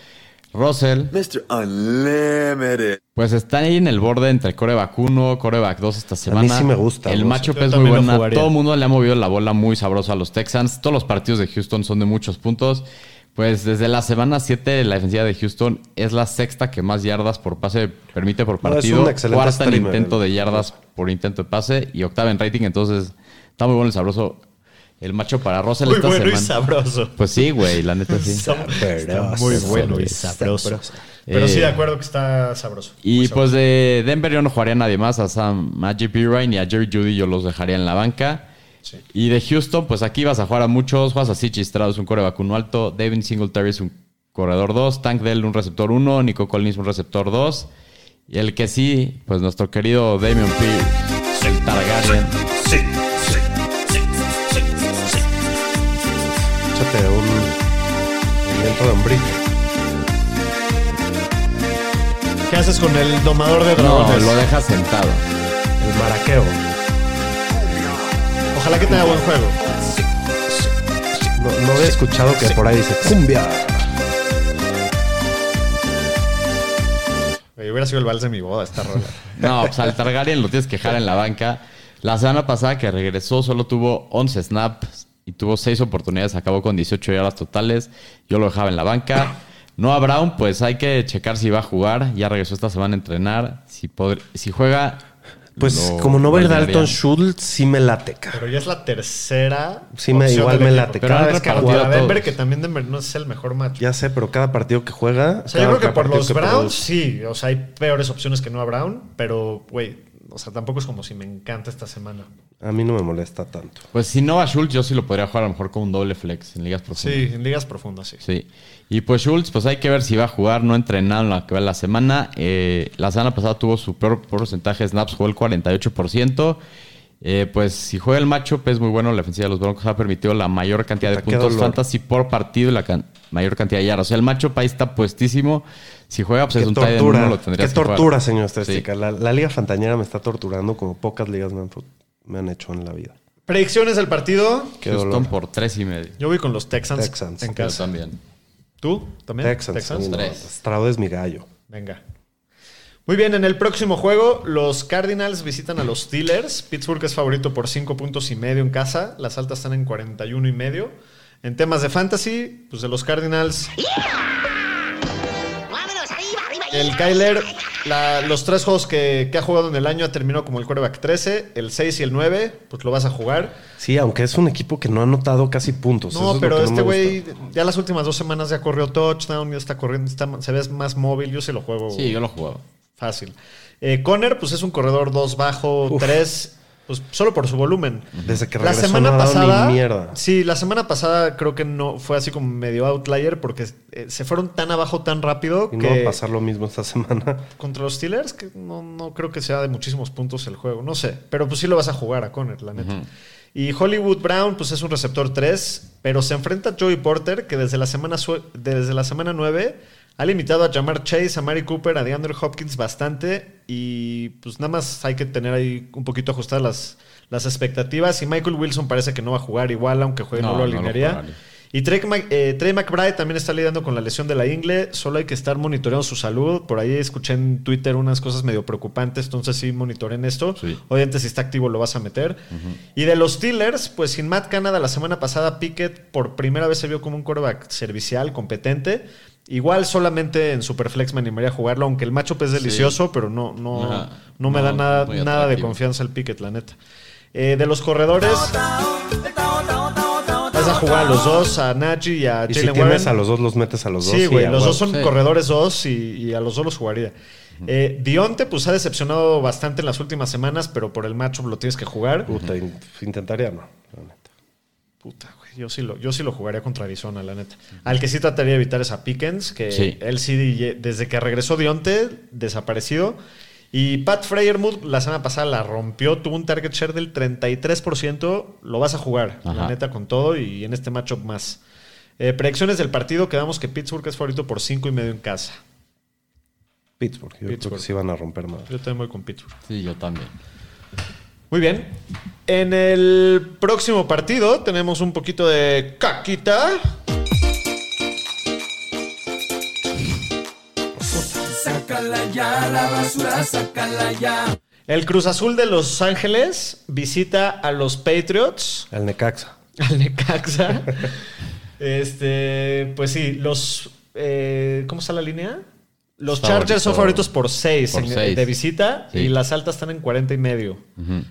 Russell,
Mr. Unlimited.
pues está ahí en el borde entre coreback 1, coreback 2 esta semana.
sí me gusta,
El
Russell.
macho
Yo
es muy
también lo
buena.
jugaría.
Todo el mundo le ha movido la bola muy sabrosa a los Texans. Todos los partidos de Houston son de muchos puntos. Pues desde la semana 7 la defensiva de Houston es la sexta que más yardas por pase permite por
No, es
partido.
un excelente
Cuarta en
streamer.
intento de yardas por intento de pase y octava en rating. Entonces está muy bueno y sabroso el macho para Russell
Muy
esta
bueno y
semana.
sabroso.
Pues sí, güey, la neta
(laughs)
sí.
Está- está
Sabroso,
muy bueno y
sabroso.
sabroso. Pero sí,
Eh,
de acuerdo que está sabroso. Muy
Y
sabroso.
pues de Denver yo no jugaría a nadie más, a Sam, a JP Ryan y a Jerry Judy yo los dejaría en la banca.
Sí.
Y de Houston, pues aquí vas a jugar a muchos, juegas a Sichi Strauss, un core vacuno alto, David Singletary es un corredor 2, Tank Dell un receptor 1, Nico Collins un receptor 2. Y el que sí, pues nuestro querido Damian P. El Targaryen.
Échate un dentro de un brick.
¿Qué haces con el domador de
No,
dragones?
lo deja sentado.
El maraqueo.
Ojalá que tenga buen juego.
No, no había escuchado que por ahí dice cumbia.
Oye, Eh, hubiera sido el vals de mi boda esta rola.
No, pues al Targaryen lo tienes que dejar en la banca. La semana pasada que regresó solo tuvo 11 snaps y tuvo 6 oportunidades, acabó con 18 yardas totales. Yo lo dejaba en la banca. No a Brown, pues hay que checar si va a jugar. Ya regresó esta semana a entrenar. Si, podr- si juega.
Pues
lo
como no va a ir Dalton
valdrían.
Schultz, sí me lateca.
Pero ya es la tercera.
Sí, me-
opción
igual
del
me
equipo.
late.
Pero
Cada
han
vez que
Contra
repartido a todos.
Denver, que también Denver no es el mejor match.
Ya sé, pero cada partido que juega.
O sea, yo
cada
creo que por
partido
los
que
Browns
produce-
sí, o sea, hay peores opciones que no a Brown, pero, güey, o sea, tampoco es como si me encanta esta semana.
A mí no me molesta tanto.
Pues si no va Schultz, yo sí lo podría jugar a lo mejor con un doble flex en ligas profundas.
Mm.
Sí, en ligas profundas, sí.
Sí. Y pues Schultz, pues hay que ver si va a jugar. No ha entrenado en la que va la semana. Eh, la semana pasada tuvo su peor porcentaje de snaps, jugó el 48%. Eh, pues si juega el matchup es muy bueno. La ofensiva de los Broncos ha permitido la mayor cantidad de
Puta, qué
puntos
dolor.
fantasy por partido y la can- mayor cantidad de yardas. O sea, el matchup ahí está puestísimo. Si juega, pues
Qué
es un tight end uno,
tortura.
lo
Qué
tendrías que jugar.
tortura, señor estadística.
Sí.
La, la Liga Fantañera me está torturando como pocas ligas me han, me han hecho en la vida.
Predicciones del partido.
Qué
Houston pues,
dolor.
por tres y medio.
Yo voy con los Texans,
Texans.
en
Yo
casa.
también.
¿Tú también?
Texans. sí, no,
Tres.
Stroud es mi gallo.
Venga. Muy bien, en el próximo juego, los Cardinals visitan a los Steelers. Pittsburgh es favorito por 5 puntos y medio en casa. Las altas están en 41 y medio. En temas de fantasy, pues de los Cardinals,
Vámonos, arriba, arriba.
El Kyler, la- los tres juegos que, que ha jugado en el año ha terminado como el quarterback 13, el 6 y el 9, pues lo vas a jugar.
Sí, aunque es un equipo que no ha anotado casi puntos. Pues Eso
No,
es lo
pero
que me
este
gusta.
güey ya las últimas dos semanas ya corrió touchdown, ya está corriendo, está- se ve más móvil, yo se lo
Oh.
juego
Sí, yo lo jugaba.
fácil. Eh, Conner, pues es un corredor 2 bajo, 3 pues solo por su volumen.
Desde que regresó no ha dado ni mierda.
Sí, la semana pasada creo que no fue así como medio outlier porque eh, se fueron tan abajo tan rápido
Y no va
que
a pasar lo mismo esta semana.
contra los Steelers que no, no creo que sea de muchísimos puntos el juego, no sé, pero pues sí lo vas a jugar a Conner, la neta. Y Hollywood Brown pues es un receptor 3, pero se enfrenta a Joey Porter que desde la semana sue- desde la semana 9 ha limitado a llamar Chase, a Mary Cooper, a DeAndre Hopkins bastante y pues nada más hay que tener ahí un poquito ajustadas las, las expectativas y Michael Wilson parece que no va a jugar igual aunque juegue no,
No,
lo
no lo
alinearía.
juega, Ale.
Y Trey, Mac- eh, Trey McBride también está lidiando con la lesión de la ingle. Solo hay que estar monitoreando su salud. Por ahí escuché en Twitter unas cosas medio preocupantes. Entonces sí, monitoreen esto.
Sí.
Obviamente, si está activo, lo vas a meter. Y de los Steelers, pues sin Matt Canada, la semana pasada Pickett por primera vez se vio como un quarterback servicial, competente. Igual solamente en Superflex me animaría a jugarlo, aunque el matchup es delicioso, pero no, no,
Ajá.
no me
No,
da nada,
muy
nada de
atractivo.
confianza el Pickett, la neta. Eh, de los corredores, vas a jugar a los dos, a Najee y a
Y si
Jalen
tienes
Warren.
a los dos, los metes a los dos.
Sí, güey,
a
los
huevo.
dos son
Sí.
corredores dos y, y a los dos los jugaría. Eh, Dionte, pues ha decepcionado bastante en las últimas semanas, pero por el matchup lo tienes que jugar.
Puta, in- pues, intentaría, no. la neta.
Puta, güey, yo sí, lo, yo sí lo jugaría contra Arizona, la neta. Al que sí trataría de evitar es a Pickens, que
Sí.
él sí, ye- desde que regresó Dionte, desaparecido. Y Pat Freyermuth la semana pasada la rompió, tuvo un target share del 33%, lo vas a jugar, la
Ajá.
neta, con todo y en este matchup más. Eh, predicciones del partido, quedamos que Pittsburgh es favorito por 5 y medio en casa.
Pittsburgh. Yo creo
Pittsburgh.
que sí van a romper madre.
Yo también voy con Pittsburgh.
Sí, yo también.
Muy bien. En el próximo partido tenemos un poquito de caquita.
Sácala ya, la basura, sácala ya.
El Cruz Azul de Los Ángeles visita a los Patriots,
Al Necaxa.
(laughs) al Necaxa. este, pues sí, los. eh, ¿Cómo está la línea? Los
Favorito.
Chargers son favoritos por 6
Por seis.
de visita
Sí.
y las altas están en 40 y medio.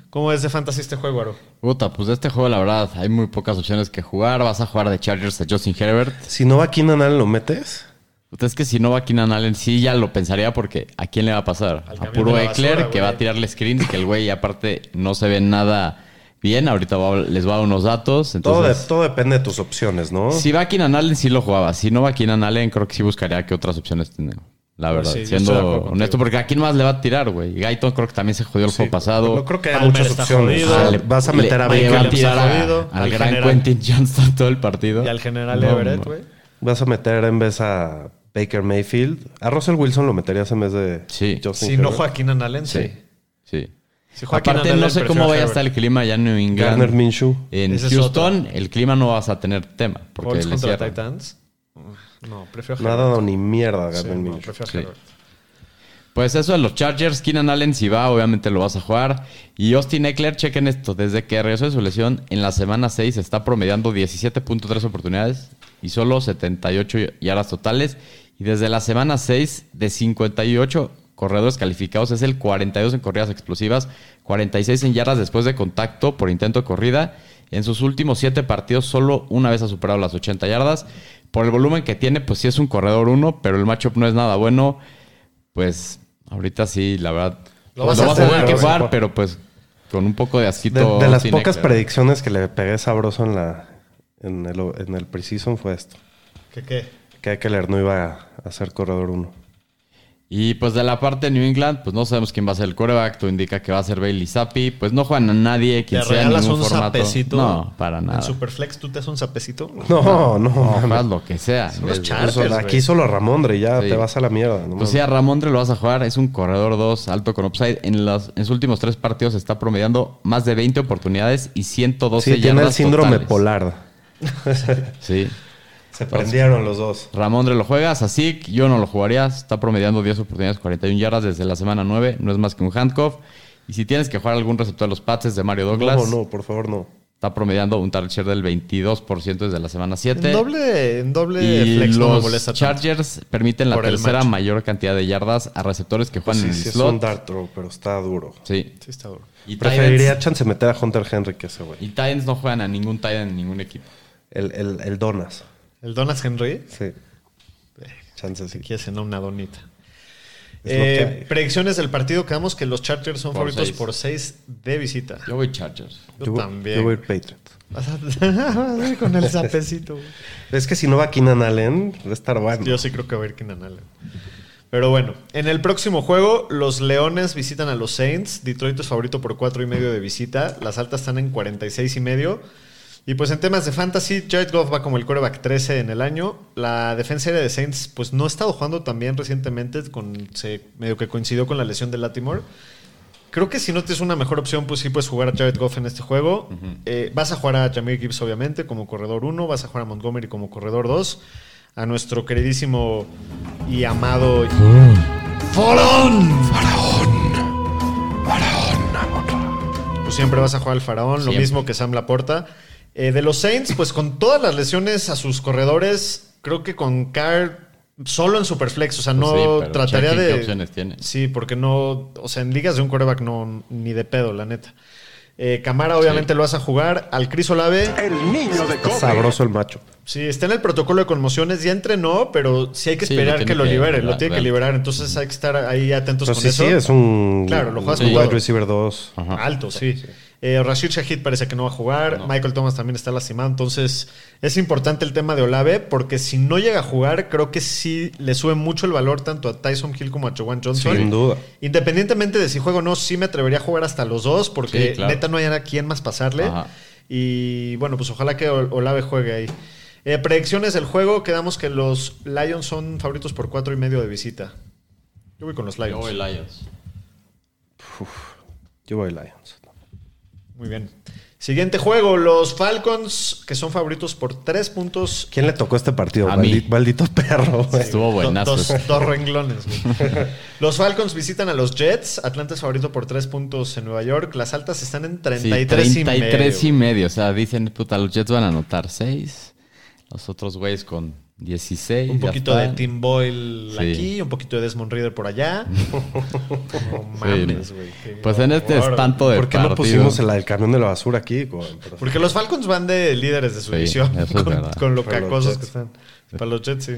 ¿Cómo es de fantasy este juego, Aro?
Puta, pues de este juego, la verdad, hay muy pocas opciones que jugar. Vas a jugar de Chargers a Justin Herbert.
Si no va Keenan Allen, lo metes.
Puta, es que si no va Keenan Allen, sí ya lo pensaría porque ¿a quién le va a pasar?
Al
A
camión
puro
de la basura,
Eckler, que va
güey.
a tirarle screens, que el güey aparte no se ve nada bien. Ahorita va- les va a dar unos datos.
Todo, de-
Entonces,
todo depende de tus opciones, ¿no?
si va Keenan Allen, sí lo jugaba. Si no va Keenan Allen, creo que sí buscaría qué otras opciones tiene. La verdad,
Pues sí, yo estoy de acuerdo
siendo
contigo.
honesto, porque ¿a quién más le va a tirar, güey? Guyton creo que también se jodió el juego pasado.
No creo que haya
Palmer
muchas
está
opciones.
jodido.
O sea,
Ah,
le- vas a meter
le- le va
a
Baker,
Baker.
pues,
tirar
está
a-
jodido.
al
Al
gran
general.
Quentin (laughs) Johnston todo el partido.
Y al general
No,
Everett,
no.
güey.
Vas a meter en vez a Baker Mayfield. A Russell Wilson lo meterías en vez de
Sí.
Justin
Si no
Herbert.
Joaquín Allen, sí.
Sí. Sí.
Si Joaquín
Aparte,
Allen,
no sé
prefiero
cómo vaya a
Herbert.
estar el clima ya en New England.
Garner Minshew.
En
Esa es
Houston, el clima no vas a tener tema. Porque
Colts
le
contra
cierran.
Titans. No, prefiero
No ha
Herbert.
dado ni mierda a
Sí,
Garner
no,
Minshew.
prefiero
Sí.
Herbert.
Pues eso de los Chargers, Keenan Allen, si va, obviamente lo vas a jugar. Y Austin Eckler, chequen esto, desde que regresó de su lesión en la semana 6 está promediando 17.3 oportunidades y solo 78 yardas totales. Y desde la semana 6 de 58 corredores calificados es el 42 en corridas explosivas, 46 en yardas después de contacto por intento de corrida. En sus últimos 7 partidos solo una vez ha superado las 80 yardas. Por el volumen que tiene, pues sí es un corredor 1, pero el matchup no es nada bueno. Pues ahorita sí, la verdad.
Lo
Lo
vas
vas,
a
a,
hacer,
tener que
güey.
jugar, pero pues con un poco de
De,
asquito.
de las
tiene
pocas
que-
predicciones que le pegué sabroso en la en el, en el preseason fue esto.
¿Qué qué?
Que Eckler no iba a ser corredor 1.
Y pues de la parte de New England, pues no sabemos quién va a ser el coreback. Tú indica que va a ser Bailey Zappi. Pues no juegan a nadie, quien
¿Te
sea en
regalas
ningún
un
formato.
zapecito?
No, para
¿En
nada.
Superflex tú te haces un zapecito?
No, no,
Juegas
mames.
lo que sea.
los
Desde-
Chargers,
Solo-
güey.
aquí solo a Ramondre y ya
Sí.
te vas a la mierda. no
Pues
mames.
sí, a Ramondre lo vas a jugar. Es un corredor 2 alto con upside. En, los, en sus últimos tres partidos está promediando más de 20 oportunidades y 112
Sí, tiene el
yardas
síndrome
totales.
polar.
Sí.
Se prendieron los dos.
Ramondre lo juega, Sasik, yo no lo jugaría. Está promediando 10 oportunidades, 41 yardas desde la semana 9. No es más que un handcuff. Y si tienes que jugar algún receptor de los pases de Mario Douglas,
No, no, por favor, no.
está promediando un target share del 22% desde la semana 7.
En doble, en doble
y
flex no me
los
molesta tanto.
Chargers permiten la
Por el
tercera
match.
mayor cantidad de yardas a receptores que juegan
sí,
en el
sí, es un
slot.
dart throw, pero está duro.
sí.
Sí, está duro.
Y
Preferiría
Titans,
chance meter a Hunter Henry que ese güey.
y Titans no juegan a ningún Titan en ningún equipo.
El, el, el Donas.
Eh.
El Donald Henry,
Sí. Chance sí.
quiere cenar una donita.
Es lo que
Eh,
hay.
predicciones del partido. Quedamos que los Chargers son
Por
favoritos
seis.
por 6 de visita.
Yo voy Chargers.
Yo
voy-
también. (laughs)
Yo voy Patriot.
Con el sapecito. güey.
Es que si no va Keenan Allen, va a estar bueno.
Yo sí creo que va a ir Keenan Allen. Pero bueno, en el próximo juego, los Leones visitan a los Saints. Detroit es favorito por cuatro y medio de visita. Las altas están en 46 y medio. Y pues en temas de fantasy, Jared Goff va como el quarterback 13 en el año. La defensa aérea de Saints pues no ha estado jugando tan bien recientemente. Con, se medio que coincidió con la lesión de Latimore. Creo que si no tienes una mejor opción, pues sí puedes jugar a Jared Goff en este juego. Eh, vas a jugar a Jameer Gibbs, obviamente, como corredor 1. Vas a jugar a Montgomery como corredor 2. A nuestro queridísimo y amado. Pues siempre vas a jugar al faraón, lo
Siempre.
mismo que Sam Laporta. Eh, de los Saints, pues con todas las lesiones a sus corredores, creo que con Carr solo en Superflex, o sea, no
Pues sí, pero
trataría
chequen
de...
qué opciones tiene.
Sí, porque no, o sea, en ligas de un coreback no, ni de pedo, la neta. Eh, Camara obviamente lo vas a jugar, al Cris Olave,
El niño de
Está
cobre.
sabroso el macho.
sí, está en el protocolo de conmociones, ya entrenó, pero sí hay que
Sí, lo
esperar
tiene
que lo
que
libere, lo
liberar,
tiene que
claro.
liberar, entonces hay que estar ahí atentos
Entonces
con
sí,
eso.
sí, es un,
Claro, lo juegas
un
con
wide
todo.
receiver 2.
Ajá.
Alto, sí. Eh, Rashid Shahid parece que no va a jugar. Michael Thomas también está lastimado. Entonces, es importante el tema de Olave, porque si no llega a jugar, creo que sí le sube mucho el valor tanto a Tyson Hill como a Chowan Johnson.
Sin duda.
Independientemente de si juego o no, sí me atrevería a jugar hasta los dos, porque
Sí, claro.
neta no hay a quién más pasarle.
Ajá.
Y bueno, pues ojalá que Ol- Olave juegue ahí. Eh, predicciones del juego, quedamos que los Lions son favoritos por cuatro y medio de visita. Yo voy con los Lions.
Yo voy Lions.
Yo voy Lions.
Muy bien. Siguiente juego, los Falcons, que son favoritos por tres puntos.
¿Quién le tocó este partido?
A mí.
Maldi- Maldito (laughs) perro. güey.
Estuvo buenazo.
Dos, dos renglones. güey.
(laughs)
los Falcons visitan a los Jets. Atlanta es favorito por tres puntos en Nueva York. Las altas están en
Sí,
33, y medio.
33 y medio. O sea, dicen, puta, los Jets van a anotar 6. Los otros güeyes con 16.
Un
ya
poquito de
están.
Tim Boyle
Sí.
aquí, un poquito de Desmond Reader por
(laughs)
allá. no mames,
Sí,
güey. qué
Pues en este
horror.
espanto de
¿Por qué no
partido.
pusimos el, el camión de la basura aquí? güey? Pero-
Porque los Falcons van de líderes de su
Sí,
división.
eso es
Con,
verdad.
con lo
Para los
cacosos
Jets.
que están. Para los Jets, sí.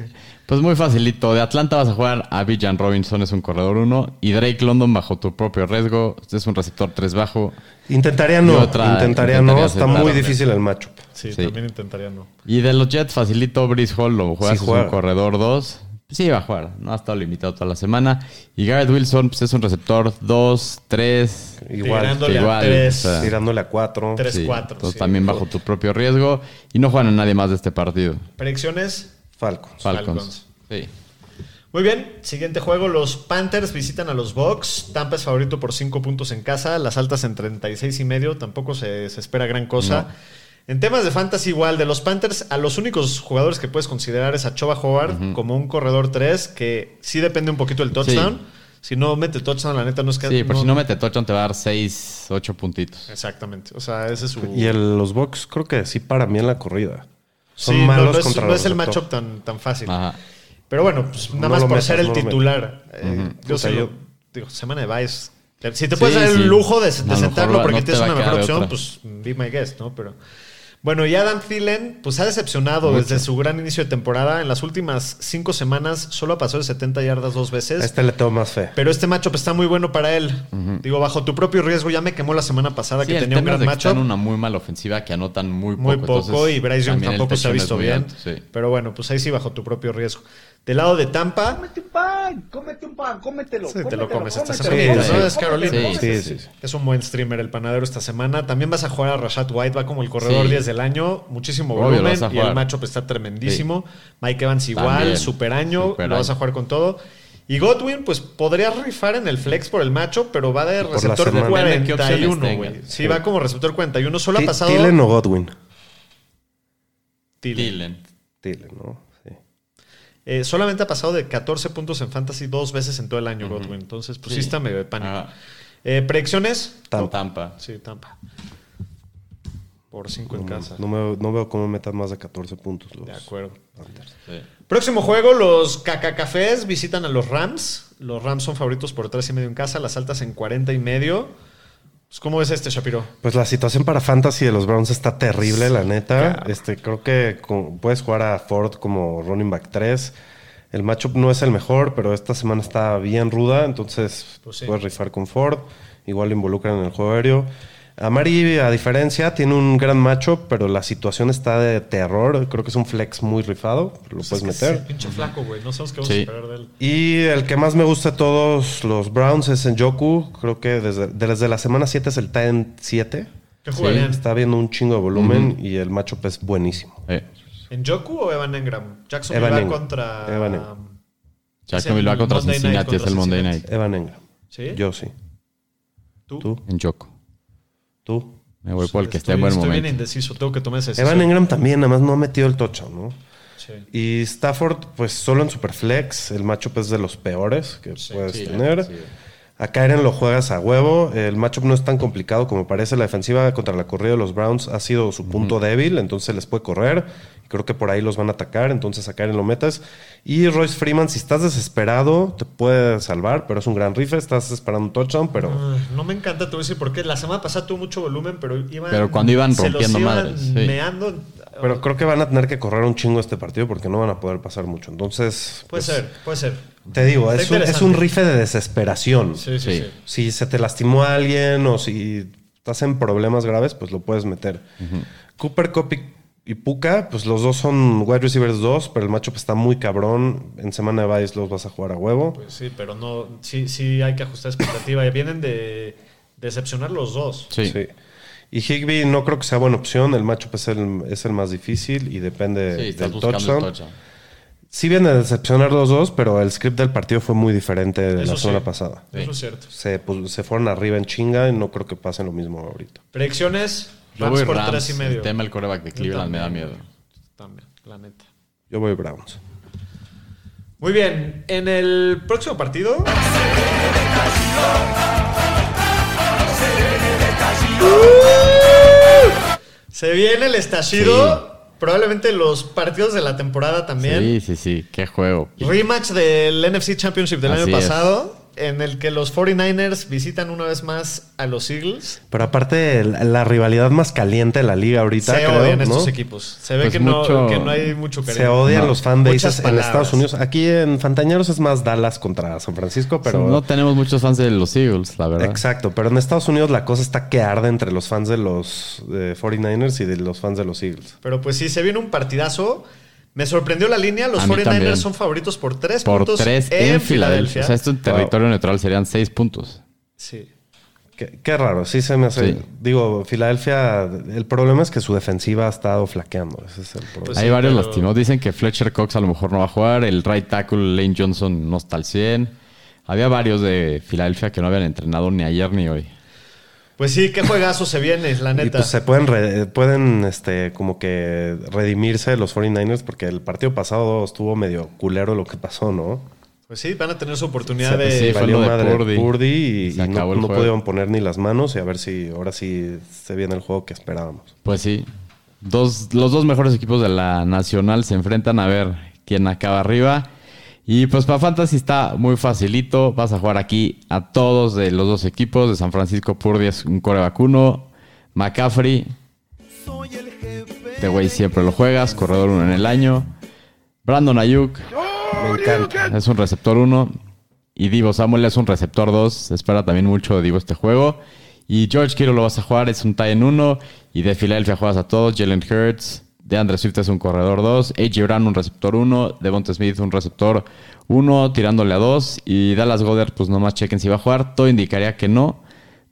Pues muy facilito. De Atlanta vas a jugar a Villan Robinson, es un corredor 1. Y Drake London bajo tu propio riesgo. Es un receptor 3 bajo.
Intentaría
Y
no.
otra-
intentaría
intentaría
no. Está
aceptar.
muy difícil el macho.
Sí,
Sí.
también intentaría no.
Y de los Jets facilito Brice Hall, lo juegas
Sí
es
juega.
un corredor 2. Sí, va a jugar. No ha estado limitado toda la semana. Y Garrett Wilson, pues es un receptor 2, 3.
Igual.
Tirándole a
igual,
tres.
o sea,
Tirándole a 4.
Tres.
Sí,
4,
entonces
sí.
también bajo tu propio riesgo. Y no juegan a nadie más de este partido.
Predicciones,
Falcons.
Falcons. Sí.
Muy bien, siguiente juego. Los Panthers visitan a los Bucks. Tampa es favorito por 5 puntos en casa. Las altas en 36 y medio. Tampoco se, se espera gran cosa. En temas de fantasy, igual. De los Panthers, a los únicos jugadores que puedes considerar es a Choba Howard como un corredor 3, que sí depende un poquito del touchdown. Si no mete touchdown, la neta no es que.
Sí, por si no mete touchdown te va a dar 6, 8 puntitos.
Exactamente. O sea, ese es su.
Y el- los Bucks creo que sí para mí en la corrida. Son
Sí, no-
malos
no, es,
contra
no es el
receptor.
matchup tan, tan fácil.
Ajá.
Pero bueno, pues nada
No
más
lo
por
metas,
ser el
no lo
titular. eh, Yo
Puta,
sé,
yo-
digo, semana de Vice. Si te
Sí,
puedes dar el
sí.
lujo de, de
A lo mejor
sentarlo
va-
porque
no te
tienes
va a
una mejor
quedar de
opción,
otra.
pues be my guest, ¿no? Pero bueno, y Adam Thielen, pues ha decepcionado desde su gran inicio de temporada. En las últimas cinco semanas solo pasó de 70 yardas dos veces.
A Este le tengo más fe.
Pero este matchup está muy bueno para él. Digo, bajo tu propio riesgo, ya me quemó la semana pasada
Sí,
que
el
tenía un
tema es
gran
de que
matchup
están una muy mala ofensiva que anotan muy poco.
muy poco,
entonces,
y Bryce Young
también el
tampoco se ha
techo no es
visto
muy
bien.
alto, sí.
Pero bueno, pues ahí sí bajo tu propio riesgo. Del lado de Tampa. Cómete un pan, cómete un pan, cómetelo. te lo comes esta semana.
sí,
¿no?
sí.
Es Carolina.
Sí,
Sí, sí, sí.
Es un buen streamer el panadero esta semana. También vas a jugar a Rashad White, va como el corredor
Sí.
10 del año. Muchísimo
Obvio, lo
volumen
vas a
y el
jugar.
matchup está tremendísimo. Mike Evans igual,
También.
super año,
Super
lo vas a
año.
jugar con todo. Y Godwin, pues podría rifar en el flex por el macho, pero va de
la
receptor
semana.
Depende de qué opciones
41,
tenga.
güey. Sí, va como receptor 41. Solo ha
Ti-
pasado.
Thielen o Godwin.
Thielen.
Thielen.
Thielen, ¿no? Sí.
Eh, solamente ha pasado de 14 puntos en fantasy dos veces en todo el año, Godwin. Entonces, pues sí,
Sí.
está medio de pánico.
Ajá.
Eh, ¿Predicciones?
Tampa.
Tampa.
Sí, Tampa. Por 5 en
No,
casa.
no me- no veo cómo metan más de 14 puntos. Los
Pues De acuerdo.
Panthers.
Sí.
Próximo juego, los Cacacafés visitan a los Rams. Los Rams son favoritos por 3 y medio en casa, las altas en 40 y medio. Pues, ¿Cómo ves este, Shapiro?
Pues la situación para Fantasy de los Browns está terrible, la neta. Este, creo que con- puedes jugar a Ford como running back 3. El matchup no es el mejor, pero esta semana está bien ruda, entonces
Pues sí.
puedes rifar con Ford. Igual lo involucran en el juego aéreo. Amari, a diferencia, tiene un gran matchup, pero la situación está de terror. Creo que es un flex muy rifado, lo puedes
Pues Es que
Pues meter.
es el pinche flaco, güey. No sabemos qué vamos
Sí.
a esperar de él.
Y el que más me gusta de todos los Browns es Njoku. Creo que desde, desde la semana 7 es el Titan 7.
¿Qué jugarían?
Está viendo un chingo de volumen y el matchup es buenísimo.
Eh,
¿En Joku o Evan Engram? Jackson
Evan
va
Engram.
contra.
Evan Engram.
Jacksonville va contra
Monday Night
Cincinnati,
contra
es el Monday
Cincinnati.
Night.
Evan Engram.
¿Sí?
Yo sí.
¿Tú?
Tú.
En Choco.
Tú.
Me voy por el que esté
Estoy-
en buen
Estoy bien
momento.
indeciso. Tengo que tomar esa decisión.
Evan Engram también, nada más no ha metido el touchdown, ¿no?
Sí.
Y Stafford, pues solo en Superflex. El matchup es de los peores que puedes
sí, la
tener.
neta, sí.
Acá Eren lo juegas a huevo. El matchup no es tan complicado como parece. La defensiva contra la corrida de los Browns ha sido su punto débil, entonces les puede correr. Creo que por ahí los van a atacar, entonces acá Eren lo metes. Y Royce Freeman, si estás desesperado, te puede salvar, pero es un gran rifle. Estás esperando un touchdown, pero.
Ah, No me encanta, te voy a decir por qué. La semana pasada tuvo mucho volumen, pero iban.
Pero cuando iban
se los
rompiendo
iban
madres, sí.
meando.
Pero creo que van a tener que correr un chingo este partido porque no van a poder pasar mucho. Entonces.
Puede
pues,
ser, puede ser.
Te digo,
Está
es un, es
interesante.
un rifle de desesperación.
Sí, sí, sí.
Sí.
si se te lastimó alguien o si estás en problemas graves, pues lo puedes meter. Cooper Cup y- y Puka, pues los dos son wide receivers 2, pero el matchup está muy cabrón. En semana de Vice los vas a jugar a huevo.
Pues sí, pero no. Sí, sí, hay que ajustar expectativa. Y Vienen de decepcionar los dos.
Sí.
Sí. Y Higby no creo que sea buena opción. El matchup es el, es el más difícil y depende
Sí, estás
del
buscando
touchdown.
el touchdown.
Sí viene a decepcionar los dos, pero el script del partido fue muy diferente de
Eso
la semana
sí.
pasada.
Eso es cierto.
Se, pues, se fueron arriba en chinga y no creo que pase lo mismo ahorita.
Predicciones:
Yo
Rams
voy
por
Rams,
tres y medio.
El tema del coreback de Cleveland me da
también.
miedo.
También, la neta.
Yo voy Browns.
Muy bien, en el próximo partido. Se viene el estallido. Probablemente los partidos de la temporada también.
Sí, sí, sí. Qué juego.
Rematch del NFC Championship del
Así
año
es.
pasado, en el que los 49ers visitan una vez más a los Eagles.
Pero aparte, la, la rivalidad más caliente de la liga ahorita,
Se
creo,
odian
¿no?
estos equipos. Se ve
Pues
que, no,
mucho-
que no hay mucho cariño.
Se odian
No.
los fanbases
Muchas
en Estados
palabras.
Unidos. Aquí en Fantañeros es más Dallas contra San Francisco, pero...
no tenemos muchos fans de los Eagles, la verdad.
Exacto, pero en Estados Unidos la cosa está que arde entre los fans de los eh, 49ers y de los fans de los Eagles.
Pero pues sí, se viene un partidazo. Me sorprendió la línea. Los
A mí
49ers
también.
son favoritos por tres
Por
puntos
tres en, Filadelfia. O sea, esto en territorio neutral serían seis puntos.
Sí.
Qué, qué raro, sí se me hace...
Sí.
Digo, Filadelfia, el problema es que su defensiva ha estado flaqueando, ese es el problema.
Pues
Hay
sí,
varios
pero-
lastimados. Dicen que Fletcher Cox a lo mejor no va a jugar. El right tackle Lane Johnson no está al 100. Había varios de Filadelfia que no habían entrenado ni ayer ni hoy.
Pues sí, qué juegazo se viene, la
(laughs) Y
neta.
pues se pueden, re- pueden este, como que redimirse los 49ers porque el partido pasado estuvo medio culero lo que pasó, ¿no?
Pues sí, van a tener su oportunidad
Se-
de. pues
sí, fue-
Valió
lo de
madre Purdy,
Purdy.
y,
Se
y
acabó
no,
el
no
juego.
pudieron poner ni las manos y a ver si ahora sí se viene el juego que esperábamos.
Pues sí. Dos, los dos mejores equipos de la Nacional se enfrentan a ver quién acaba arriba. Y pues para Fantasy está muy facilito. Vas a jugar aquí a todos de los dos equipos. De San Francisco Purdy es un core vacuno. McCaffrey. Este güey siempre lo juegas. Corredor uno en el año. Brandon Ayuk.
Me encanta.
Es un receptor 1. Y Divo Samuel es un receptor 2. Se espera también mucho de Divo este juego. Y George Kittle lo vas a jugar, es un tie en 1. Y de Filadelfia juegas a todos. Jalen Hurts. De Andre Swift es un corredor 2. AJ Brown un receptor 1. Devonta Smith un receptor 1, tirándole a 2. Y Dallas Goddard, pues nomás chequen si va a jugar. Todo indicaría que no.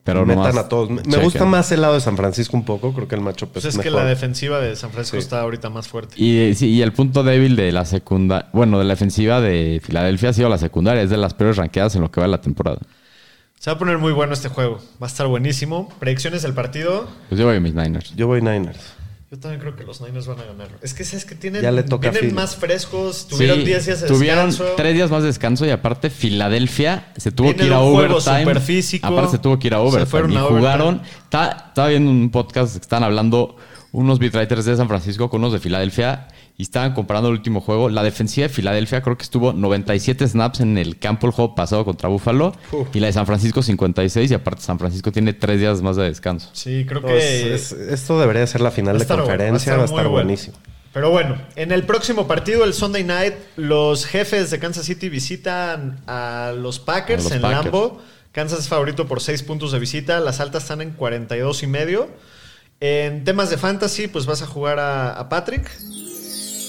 Pero nomás
Metan a todos. Me, me
chequen.
gusta más el lado de San Francisco un poco, creo que el macho
pues
pues,
es que
mejor.
la defensiva de San Francisco
Sí.
está ahorita más fuerte.
Y, eh, sí, y el punto débil de la secundaria, bueno, de la ofensiva de Filadelfia ha sido la secundaria, es de las peores ranqueadas en lo que va de la temporada.
Se va a poner muy bueno este juego. Va a estar buenísimo. Predicciones del partido.
Pues yo voy a mis Niners.
Yo voy Niners.
Yo también creo que los Niners van a ganar. Es que sabes que tienen.
Ya le toca a
vienen
Phil.
más frescos. Tuvieron
Sí,
10 días de
Tuvieron
descanso.
tres días más de descanso y aparte Filadelfia se tuvo
Viene
que ir a
de un juego
overtime.
superfísico.
Aparte se tuvo que ir a
Se
overtime.
fueron
y
a overtime.
jugaron. Está- Estaba viendo un podcast que estaban hablando unos beatwriters de San Francisco con unos de Filadelfia y estaban comparando el último juego. La defensiva de Filadelfia creo que estuvo 97 snaps en el campo el juego pasado contra Buffalo y la de San Francisco 56 y aparte San Francisco tiene tres días más de descanso.
Sí, creo
No,
que.
Pues, es- es- esto debería ser la final
va a
de
estar bueno,
conferencia, va a estar,
muy bueno.
buenísimo.
Pero bueno, en el próximo partido, el Sunday Night, los jefes de Kansas City visitan a los Packers
A los
en
Packers.
Lambo. Kansas es favorito por 6 puntos de visita. Las altas están en 42 y medio. En temas de fantasy, pues vas a jugar a, a Patrick.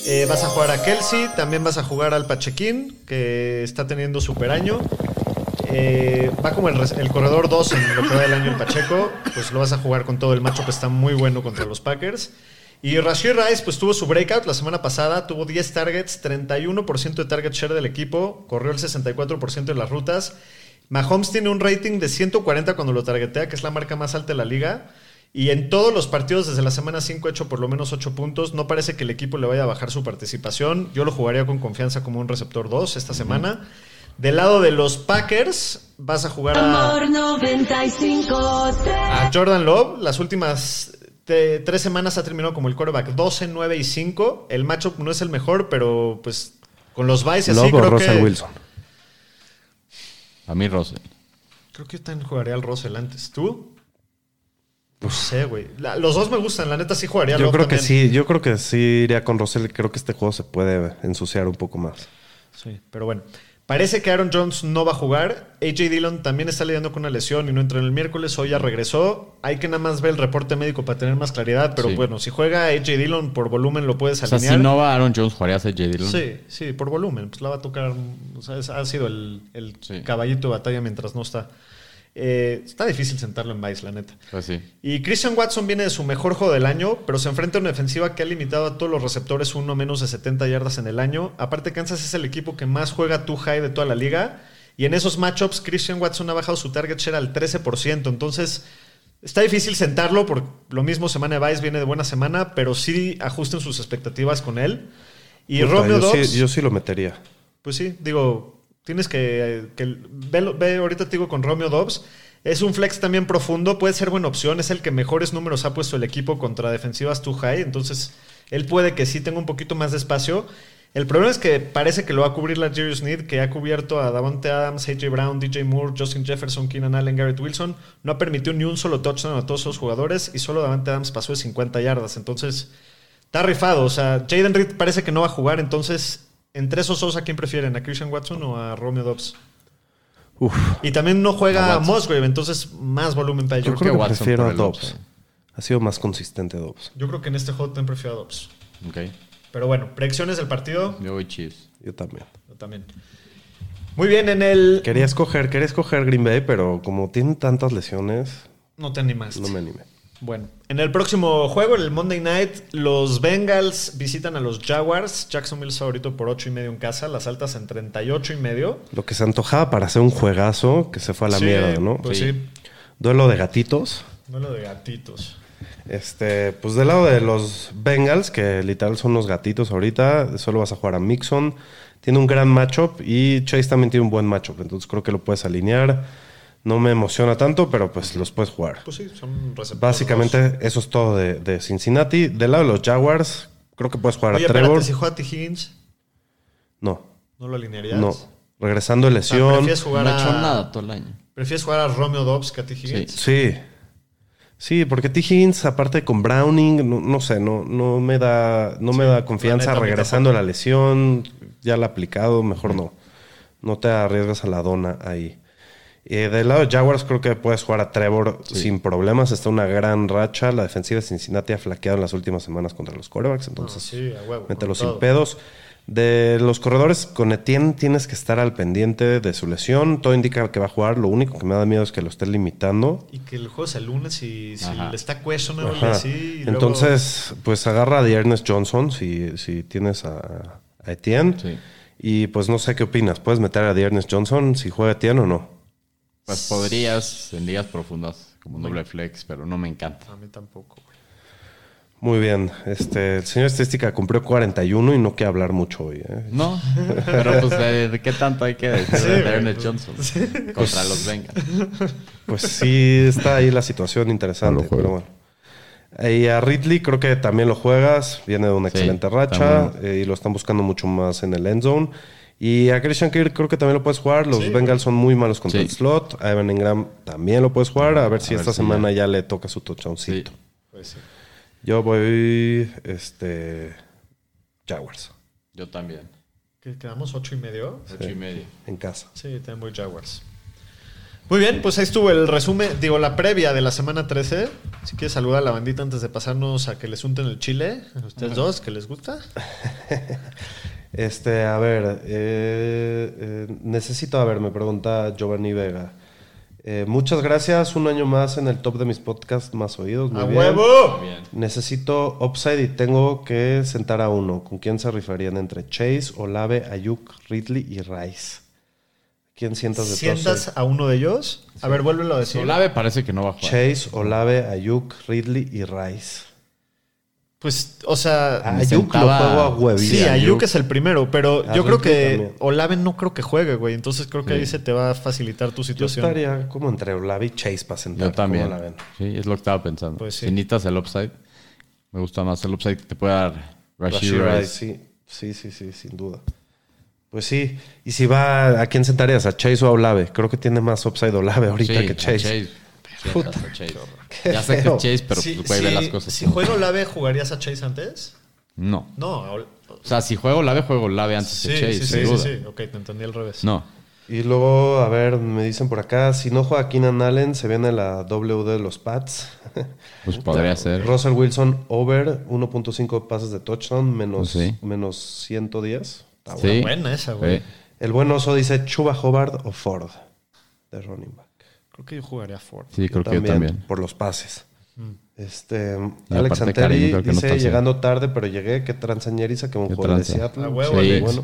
Eh, vas a jugar a Kelsey. También vas a jugar al Pachequín, que está teniendo super año. Eh, va como el, res- el corredor 2 en lo que va del año el Pacheco. Pues lo vas a jugar con todo el macho, que está muy bueno contra los Packers. Y Rashid Rice, pues tuvo su breakout la semana pasada, tuvo 10 targets, 31% de target share del equipo, corrió el 64% de las rutas. Mahomes tiene un rating de 140 cuando lo targetea, que es la marca más alta de la liga. Y en todos los partidos desde la semana 5 ha hecho por lo menos 8 puntos. No parece que el equipo le vaya a bajar su participación. Yo lo jugaría con confianza como un receptor 2 esta semana. Del lado de los Packers, vas a jugar a...
Amor 95
A Jordan Love, las últimas te- tres semanas ha terminado como el quarterback 12, 9 y 5. El matchup no es el mejor, pero pues con los Vice así
Lobo o
creo
Russell
que.
Wilson.
A mí, Russell.
Creo que yo también jugaría al Russell antes. ¿Tú? No sé, güey. La- Los dos me gustan, la neta sí jugaría al
Yo
Love
creo que
también.
sí, yo creo que sí iría con Russell. Creo que este juego se puede ensuciar un poco más.
Sí, pero bueno. Parece que Aaron Jones no va a jugar. AJ Dillon también está lidiando con una lesión y no entra en el miércoles. Hoy ya regresó. Hay que nada más ver el reporte médico para tener más claridad. Pero
Sí.
bueno, si juega AJ Dillon por volumen lo puedes
O sea,
alinear.
si no va Aaron Jones, jugarías a J. Dillon.
Sí, sí, por volumen. Pues la va a tocar. O sea, es- ha sido el, el
Sí.
caballito de batalla mientras no está. Eh, está difícil sentarlo en Vice, la neta.
Pues sí.
Y Christian Watson viene de su mejor juego del año, pero se enfrenta a una defensiva que ha limitado a todos los receptores uno menos de 70 yardas en el año. Aparte, Kansas es el equipo que más juega too high de toda la liga. Y en esos matchups, Christian Watson ha bajado su target share al 13%. Entonces, está difícil sentarlo por lo mismo semana de Vice viene de buena semana, pero sí ajusten sus expectativas con él. Y
Puta,
Romeo
yo,
Dobbs-
sí, yo sí lo metería.
pues sí, digo, tienes que. que ve, ve ahorita te digo con Romeo Dobbs. Es un flex también profundo, puede ser buena opción. Es el que mejores números ha puesto el equipo contra defensivas too high. Entonces, él puede que sí tenga un poquito más de espacio. El problema es que parece que lo va a cubrir la Jarius Need, que ha cubierto a Davante Adams, AJ Brown, DJ Moore, Justin Jefferson, Keenan Allen, Garrett Wilson. No ha permitido ni un solo touchdown a todos esos jugadores y solo Davante Adams pasó de 50 yardas. Entonces, Está rifado, o sea, Jaden Reed parece que no va a jugar, entonces, entre esos dos, ¿a quién prefieren? ¿A Christian Watson o a Romeo Dobbs?
Uf,
Y también no
A
juega a
Watson.
Musgrave, entonces más volumen para
yo
ellos.
creo que,
Watson
prefiero
por
a
el ¿eh?
Dobbs.
upside.
Ha sido más consistente Dobbs.
Yo creo que en este juego también prefiero a Dobbs.
Ok.
Pero bueno, predicciones del partido,
Yo voy Chiefs.
Yo también.
yo también. Muy bien, en el...
Quería escoger, quería escoger Green Bay, pero como tienen tantas lesiones,
No te animaste.
no me animé.
Bueno, en el próximo juego, en el Monday Night, los Bengals visitan a los Jaguars. Jacksonville es favorito por 8 y medio en casa, las altas en 38 y medio.
Lo que se antojaba para hacer un juegazo que se fue a la
Sí,
mierda, ¿no?
Pues
Sí.
sí,
Duelo de gatitos.
no lo de gatitos.
Este, pues del lado de los Bengals, que literal son los gatitos ahorita, solo vas a jugar a Mixon. Tiene un gran matchup y Chase también tiene un buen matchup, entonces creo que lo puedes alinear. No me emociona tanto, pero pues los puedes jugar.
Pues sí, son receptores.
Básicamente eso es todo de, de Cincinnati. Del lado de los Jaguars, creo que puedes jugar
Oye,
a Trevor.
espérate, si juega T. Higgins,
No,
¿no lo alinearías?
no. Regresando de
O sea,
lesión.
¿prefieres, jugar
no ha hecho
a,
nada todo el año.
¿Prefieres jugar a Romeo Dobbs que a T. Higgins?
Sí. Sí, porque T. Higgins, aparte con Browning, no, no sé, no, no me da, no me da confianza
la neta, a mí
regresando a la lesión, ya la ha aplicado, mejor no. No te arriesgas a la dona ahí. Eh, del lado de Jaguars creo que puedes jugar a Trevor sin problemas. Está una gran racha. La defensiva de Cincinnati ha flaqueado en las últimas semanas contra los corebacks. Entonces,
sí, a huevo,
mételo
con
sin
todo.
pedos. De los corredores, con Etienne tienes que estar al pendiente de su lesión. Todo indica que va a jugar. Lo único que me da miedo es que lo estés limitando.
Y que el juego es el lunes y si
Ajá.
le está questionable
Ajá.
así. y luego-
Ah, Entonces, pues agarra a The Ernest Johnson si, si tienes a, a Etienne.
Sí.
Y pues no sé qué opinas. ¿Puedes meter a The Ernest Johnson si juega Etienne o no?
Pues podrías en ligas profundas, como un doble flex, pero no me encanta.
A mí tampoco, güey.
Muy bien. Este, el señor Estadística cumplió 41 y no quiere hablar mucho hoy. ¿eh?
No, (laughs) pero pues de, de qué tanto hay que decir
Sí,
de
güey,
Ernest
pues,
Johnson
sí.
contra los Bengals.
Pues sí, está ahí la situación interesante.
No lo
pero
juego.
bueno. Y a Ridley creo que también lo juegas. Viene de una
Sí,
excelente
está
racha
muy
eh, y lo están buscando mucho más en el end zone. Y a Christian Kirk creo que también lo puedes jugar. Los Bengals son muy malos contra
Sí.
el slot. A Evan Ingram también lo puedes jugar. A ver si
A ver
esta
si
semana ya. le toca su
Sí.
touchdowncito. Yo voy este Jaguars
Yo también.
¿Qué quedamos? ¿Ocho y medio?
Ocho y medio.
en casa.
Sí, también voy Jaguars. Muy bien, pues ahí estuvo el resumen, digo, la previa de la semana 13. Si quieres saludar a la bandita antes de pasarnos a que les unten el chile, a ustedes dos, que les gusta.
Este, a ver, eh, eh, necesito, a ver, me pregunta Giovanni Vega. Eh, muchas gracias, un año más en el top de mis podcasts más oídos. muy
¡A
bien.
huevo!
Bien.
Necesito upside y tengo que sentar a uno. ¿Con quién se rifarían entre Chase, Olave, Ayuk, Ridley y Rice? ¿Quién sientas de todos?
¿Sientas a uno de ellos? A ver, vuélvelo a decir.
Solave parece que no va a jugar.
Chase, Olave, Ayuk, Ridley y Rice.
Pues, o sea,
Ah, Ayuk
sentaba-
lo juego a huevillo.
sí, Ayuk es el primero, pero yo
Ayuk
creo que
también.
Olave no creo que juegue, güey. Entonces creo que ahí se te va a facilitar tu
Yo
situación.
estaría como entre Olave y Chase para sentar.
Yo también.
¿Cómo la ven?
Sí, es lo que estaba pensando.
Pues sí.
Si necesitas el upside, me gusta más el upside que te puede dar Rashid,
Rashid Rice,
Rice.
sí. Sí, sí, sí, sin duda. Pues sí. Y si va, ¿a quién sentarías? ¿A Chase o a Olave? Creo que tiene más upside Olave ahorita
Sí,
que Chase.
Chase.
Puta,
Chase, Chase.
qué
Ya sé que
feo.
es Chase, pero pues, güey, ve las cosas.
Si juega Olave, ¿jugarías a Chase antes?
No.
No, a Ol-
O sea, si juego Olave, juego Olave antes
sí,
que Chase,
sí,
sin
sí, sí,
duda.
sí. Ok, te entendí al revés.
No.
Y luego, a ver, me dicen por acá, si no juega Keenan Allen, se viene la W de los Pats.
Pues podría ser.
Russell Wilson, over 1.5 pases de touchdown, menos,
Sí.
menos 110. Está bueno.
Sí.
Buena esa, güey.
Sí.
El buen oso dice Chuba Hobart o Ford de running back.
Creo que yo jugaría a Ford.
Sí, creo que yo también.
Por los pases.
Mm.
Este,
Y
Alex
aparte,
Santeri
Karim, creo que no
dice,
está haciendo.
llegando tarde, pero llegué, qué transañeriza que un
Qué
juego de
tranza.
Seattle.
A huevo,
Sí,
Alex.
bueno.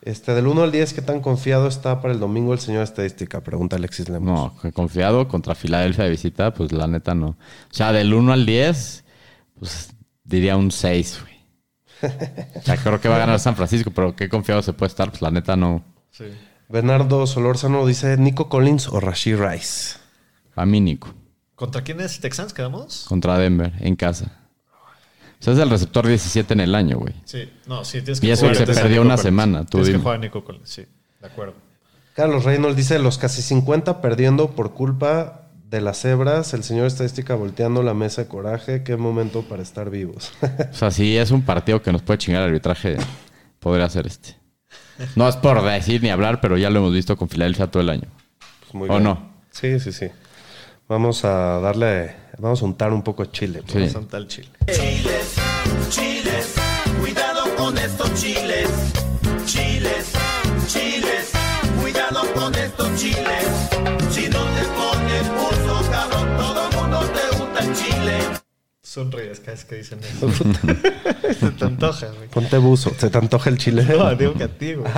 Este, del 1 al 10, ¿qué tan confiado está para el domingo el señor estadística? Pregunta Alexis Lemos.
No, confiado contra Filadelfia de visita, pues la neta no. O sea, del 1 al 10, pues diría un 6, güey. O sea, creo que va a ganar San Francisco, pero qué confiado se puede estar, pues la neta no.
Sí.
Bernardo Solórzano dice Nico Collins o Rashid Rice.
A mí, Nico.
¿Contra quiénes Texans quedamos?
Contra Denver, en casa. O sea, es el receptor 17 en el año, güey.
Sí. No, sí, tienes que
Y eso
jugar
que se
antes a
perdió
Nico
una
Collins.
semana, tú
Tienes que
dime.
jugar a Nico Collins, sí. De acuerdo.
Carlos Reynolds dice los casi 50 perdiendo por culpa de las cebras, el señor estadística volteando la mesa de coraje, qué momento para estar vivos. (laughs)
O sea, si es un partido que nos puede chingar el arbitraje, podría ser este. No es por decir ni hablar, pero ya lo hemos visto con Filadelfia todo el año.
Pues muy
¿O
bien.
no?
Sí, sí, sí. Vamos a darle, vamos a untar un poco de chile. ¿no?
Sí.
Santa al Chile.
Chiles, chiles, cuidado con estos chiles. Chiles, chiles, cuidado con estos chiles. Si no te pones pulso, cabrón, todo mundo te gusta el chile.
Sonríes cada vez que dicen eso. (laughs) Se te antoja, güey.
Ponte buzo, ¿se te antoja
(laughs)
el chile?
No, digo que a ti, güey.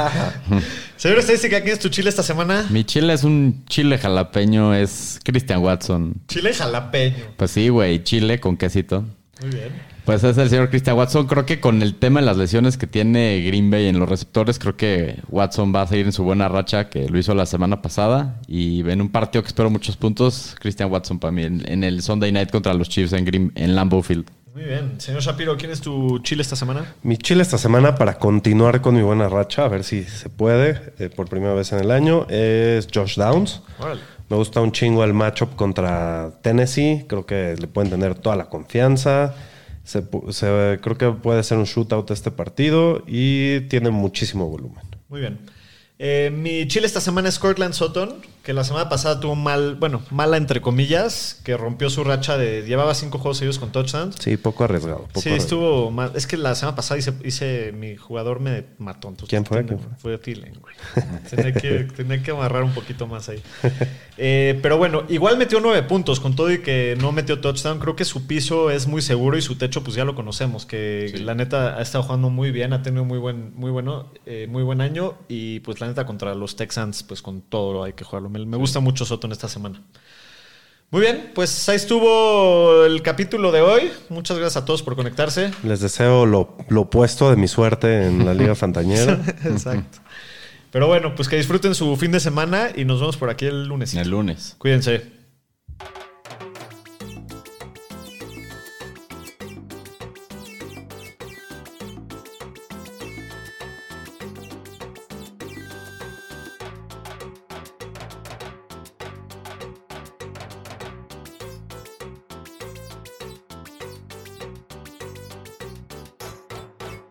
Señor Estadística, ¿quién es tu chile esta semana?
Mi chile es un chile jalapeño, es Christian Watson.
Chile jalapeño.
Pues sí, güey, chile con quesito.
Muy bien.
Pues es el señor Christian Watson. Creo que con el tema de las lesiones que tiene Green Bay en los receptores, creo que Watson va a seguir en su buena racha que lo hizo la semana pasada. Y en un partido que espero muchos puntos, Christian Watson para mí en, en el Sunday Night contra los Chiefs en, Green, en Lambeau Field.
Muy bien. Señor Shapiro, ¿quién es tu chile esta semana?
Mi chile esta semana para continuar con mi buena racha, a ver si se puede eh, por primera vez en el año, es Josh Downs.
Órale.
Me gusta un chingo el matchup contra Tennessee. Creo que le pueden tener toda la confianza. Se pu- se- creo que puede ser un shootout este partido y tiene muchísimo volumen.
Muy bien. Eh, mi chile esta semana es Cortland Sutton, que la semana pasada tuvo un mal, bueno, mala entre comillas, que rompió su racha de. Llevaba cinco juegos seguidos con touchdowns.
Sí, poco arriesgado. poco
Sí,
arriesgado.
estuvo mal. Es que la semana pasada hice, hice- mi jugador me mató. entonces
¿Quién fue?
tenía-
¿Quién fue?
Fue Thielen, güey. tenía,
(laughs)
que, tenía que amarrar un poquito más ahí. Eh, pero bueno, igual metió nueve puntos con todo y que no metió touchdown. Creo que su piso es muy seguro y su techo, pues ya lo conocemos. Que la neta ha estado jugando muy bien, ha tenido muy buen, muy bueno, eh, muy buen año. Y pues la neta contra los Texans, pues con todo hay que jugarlo. Me, me gusta mucho Soton esta semana. Muy bien, pues ahí estuvo el capítulo de hoy. Muchas gracias a todos por conectarse.
Les deseo lo, lo opuesto de mi suerte en la Liga Fantañera.
(laughs) Exacto. Pero bueno, pues que disfruten su fin de semana y nos vemos por aquí el lunes.
El lunes.
Cuídense.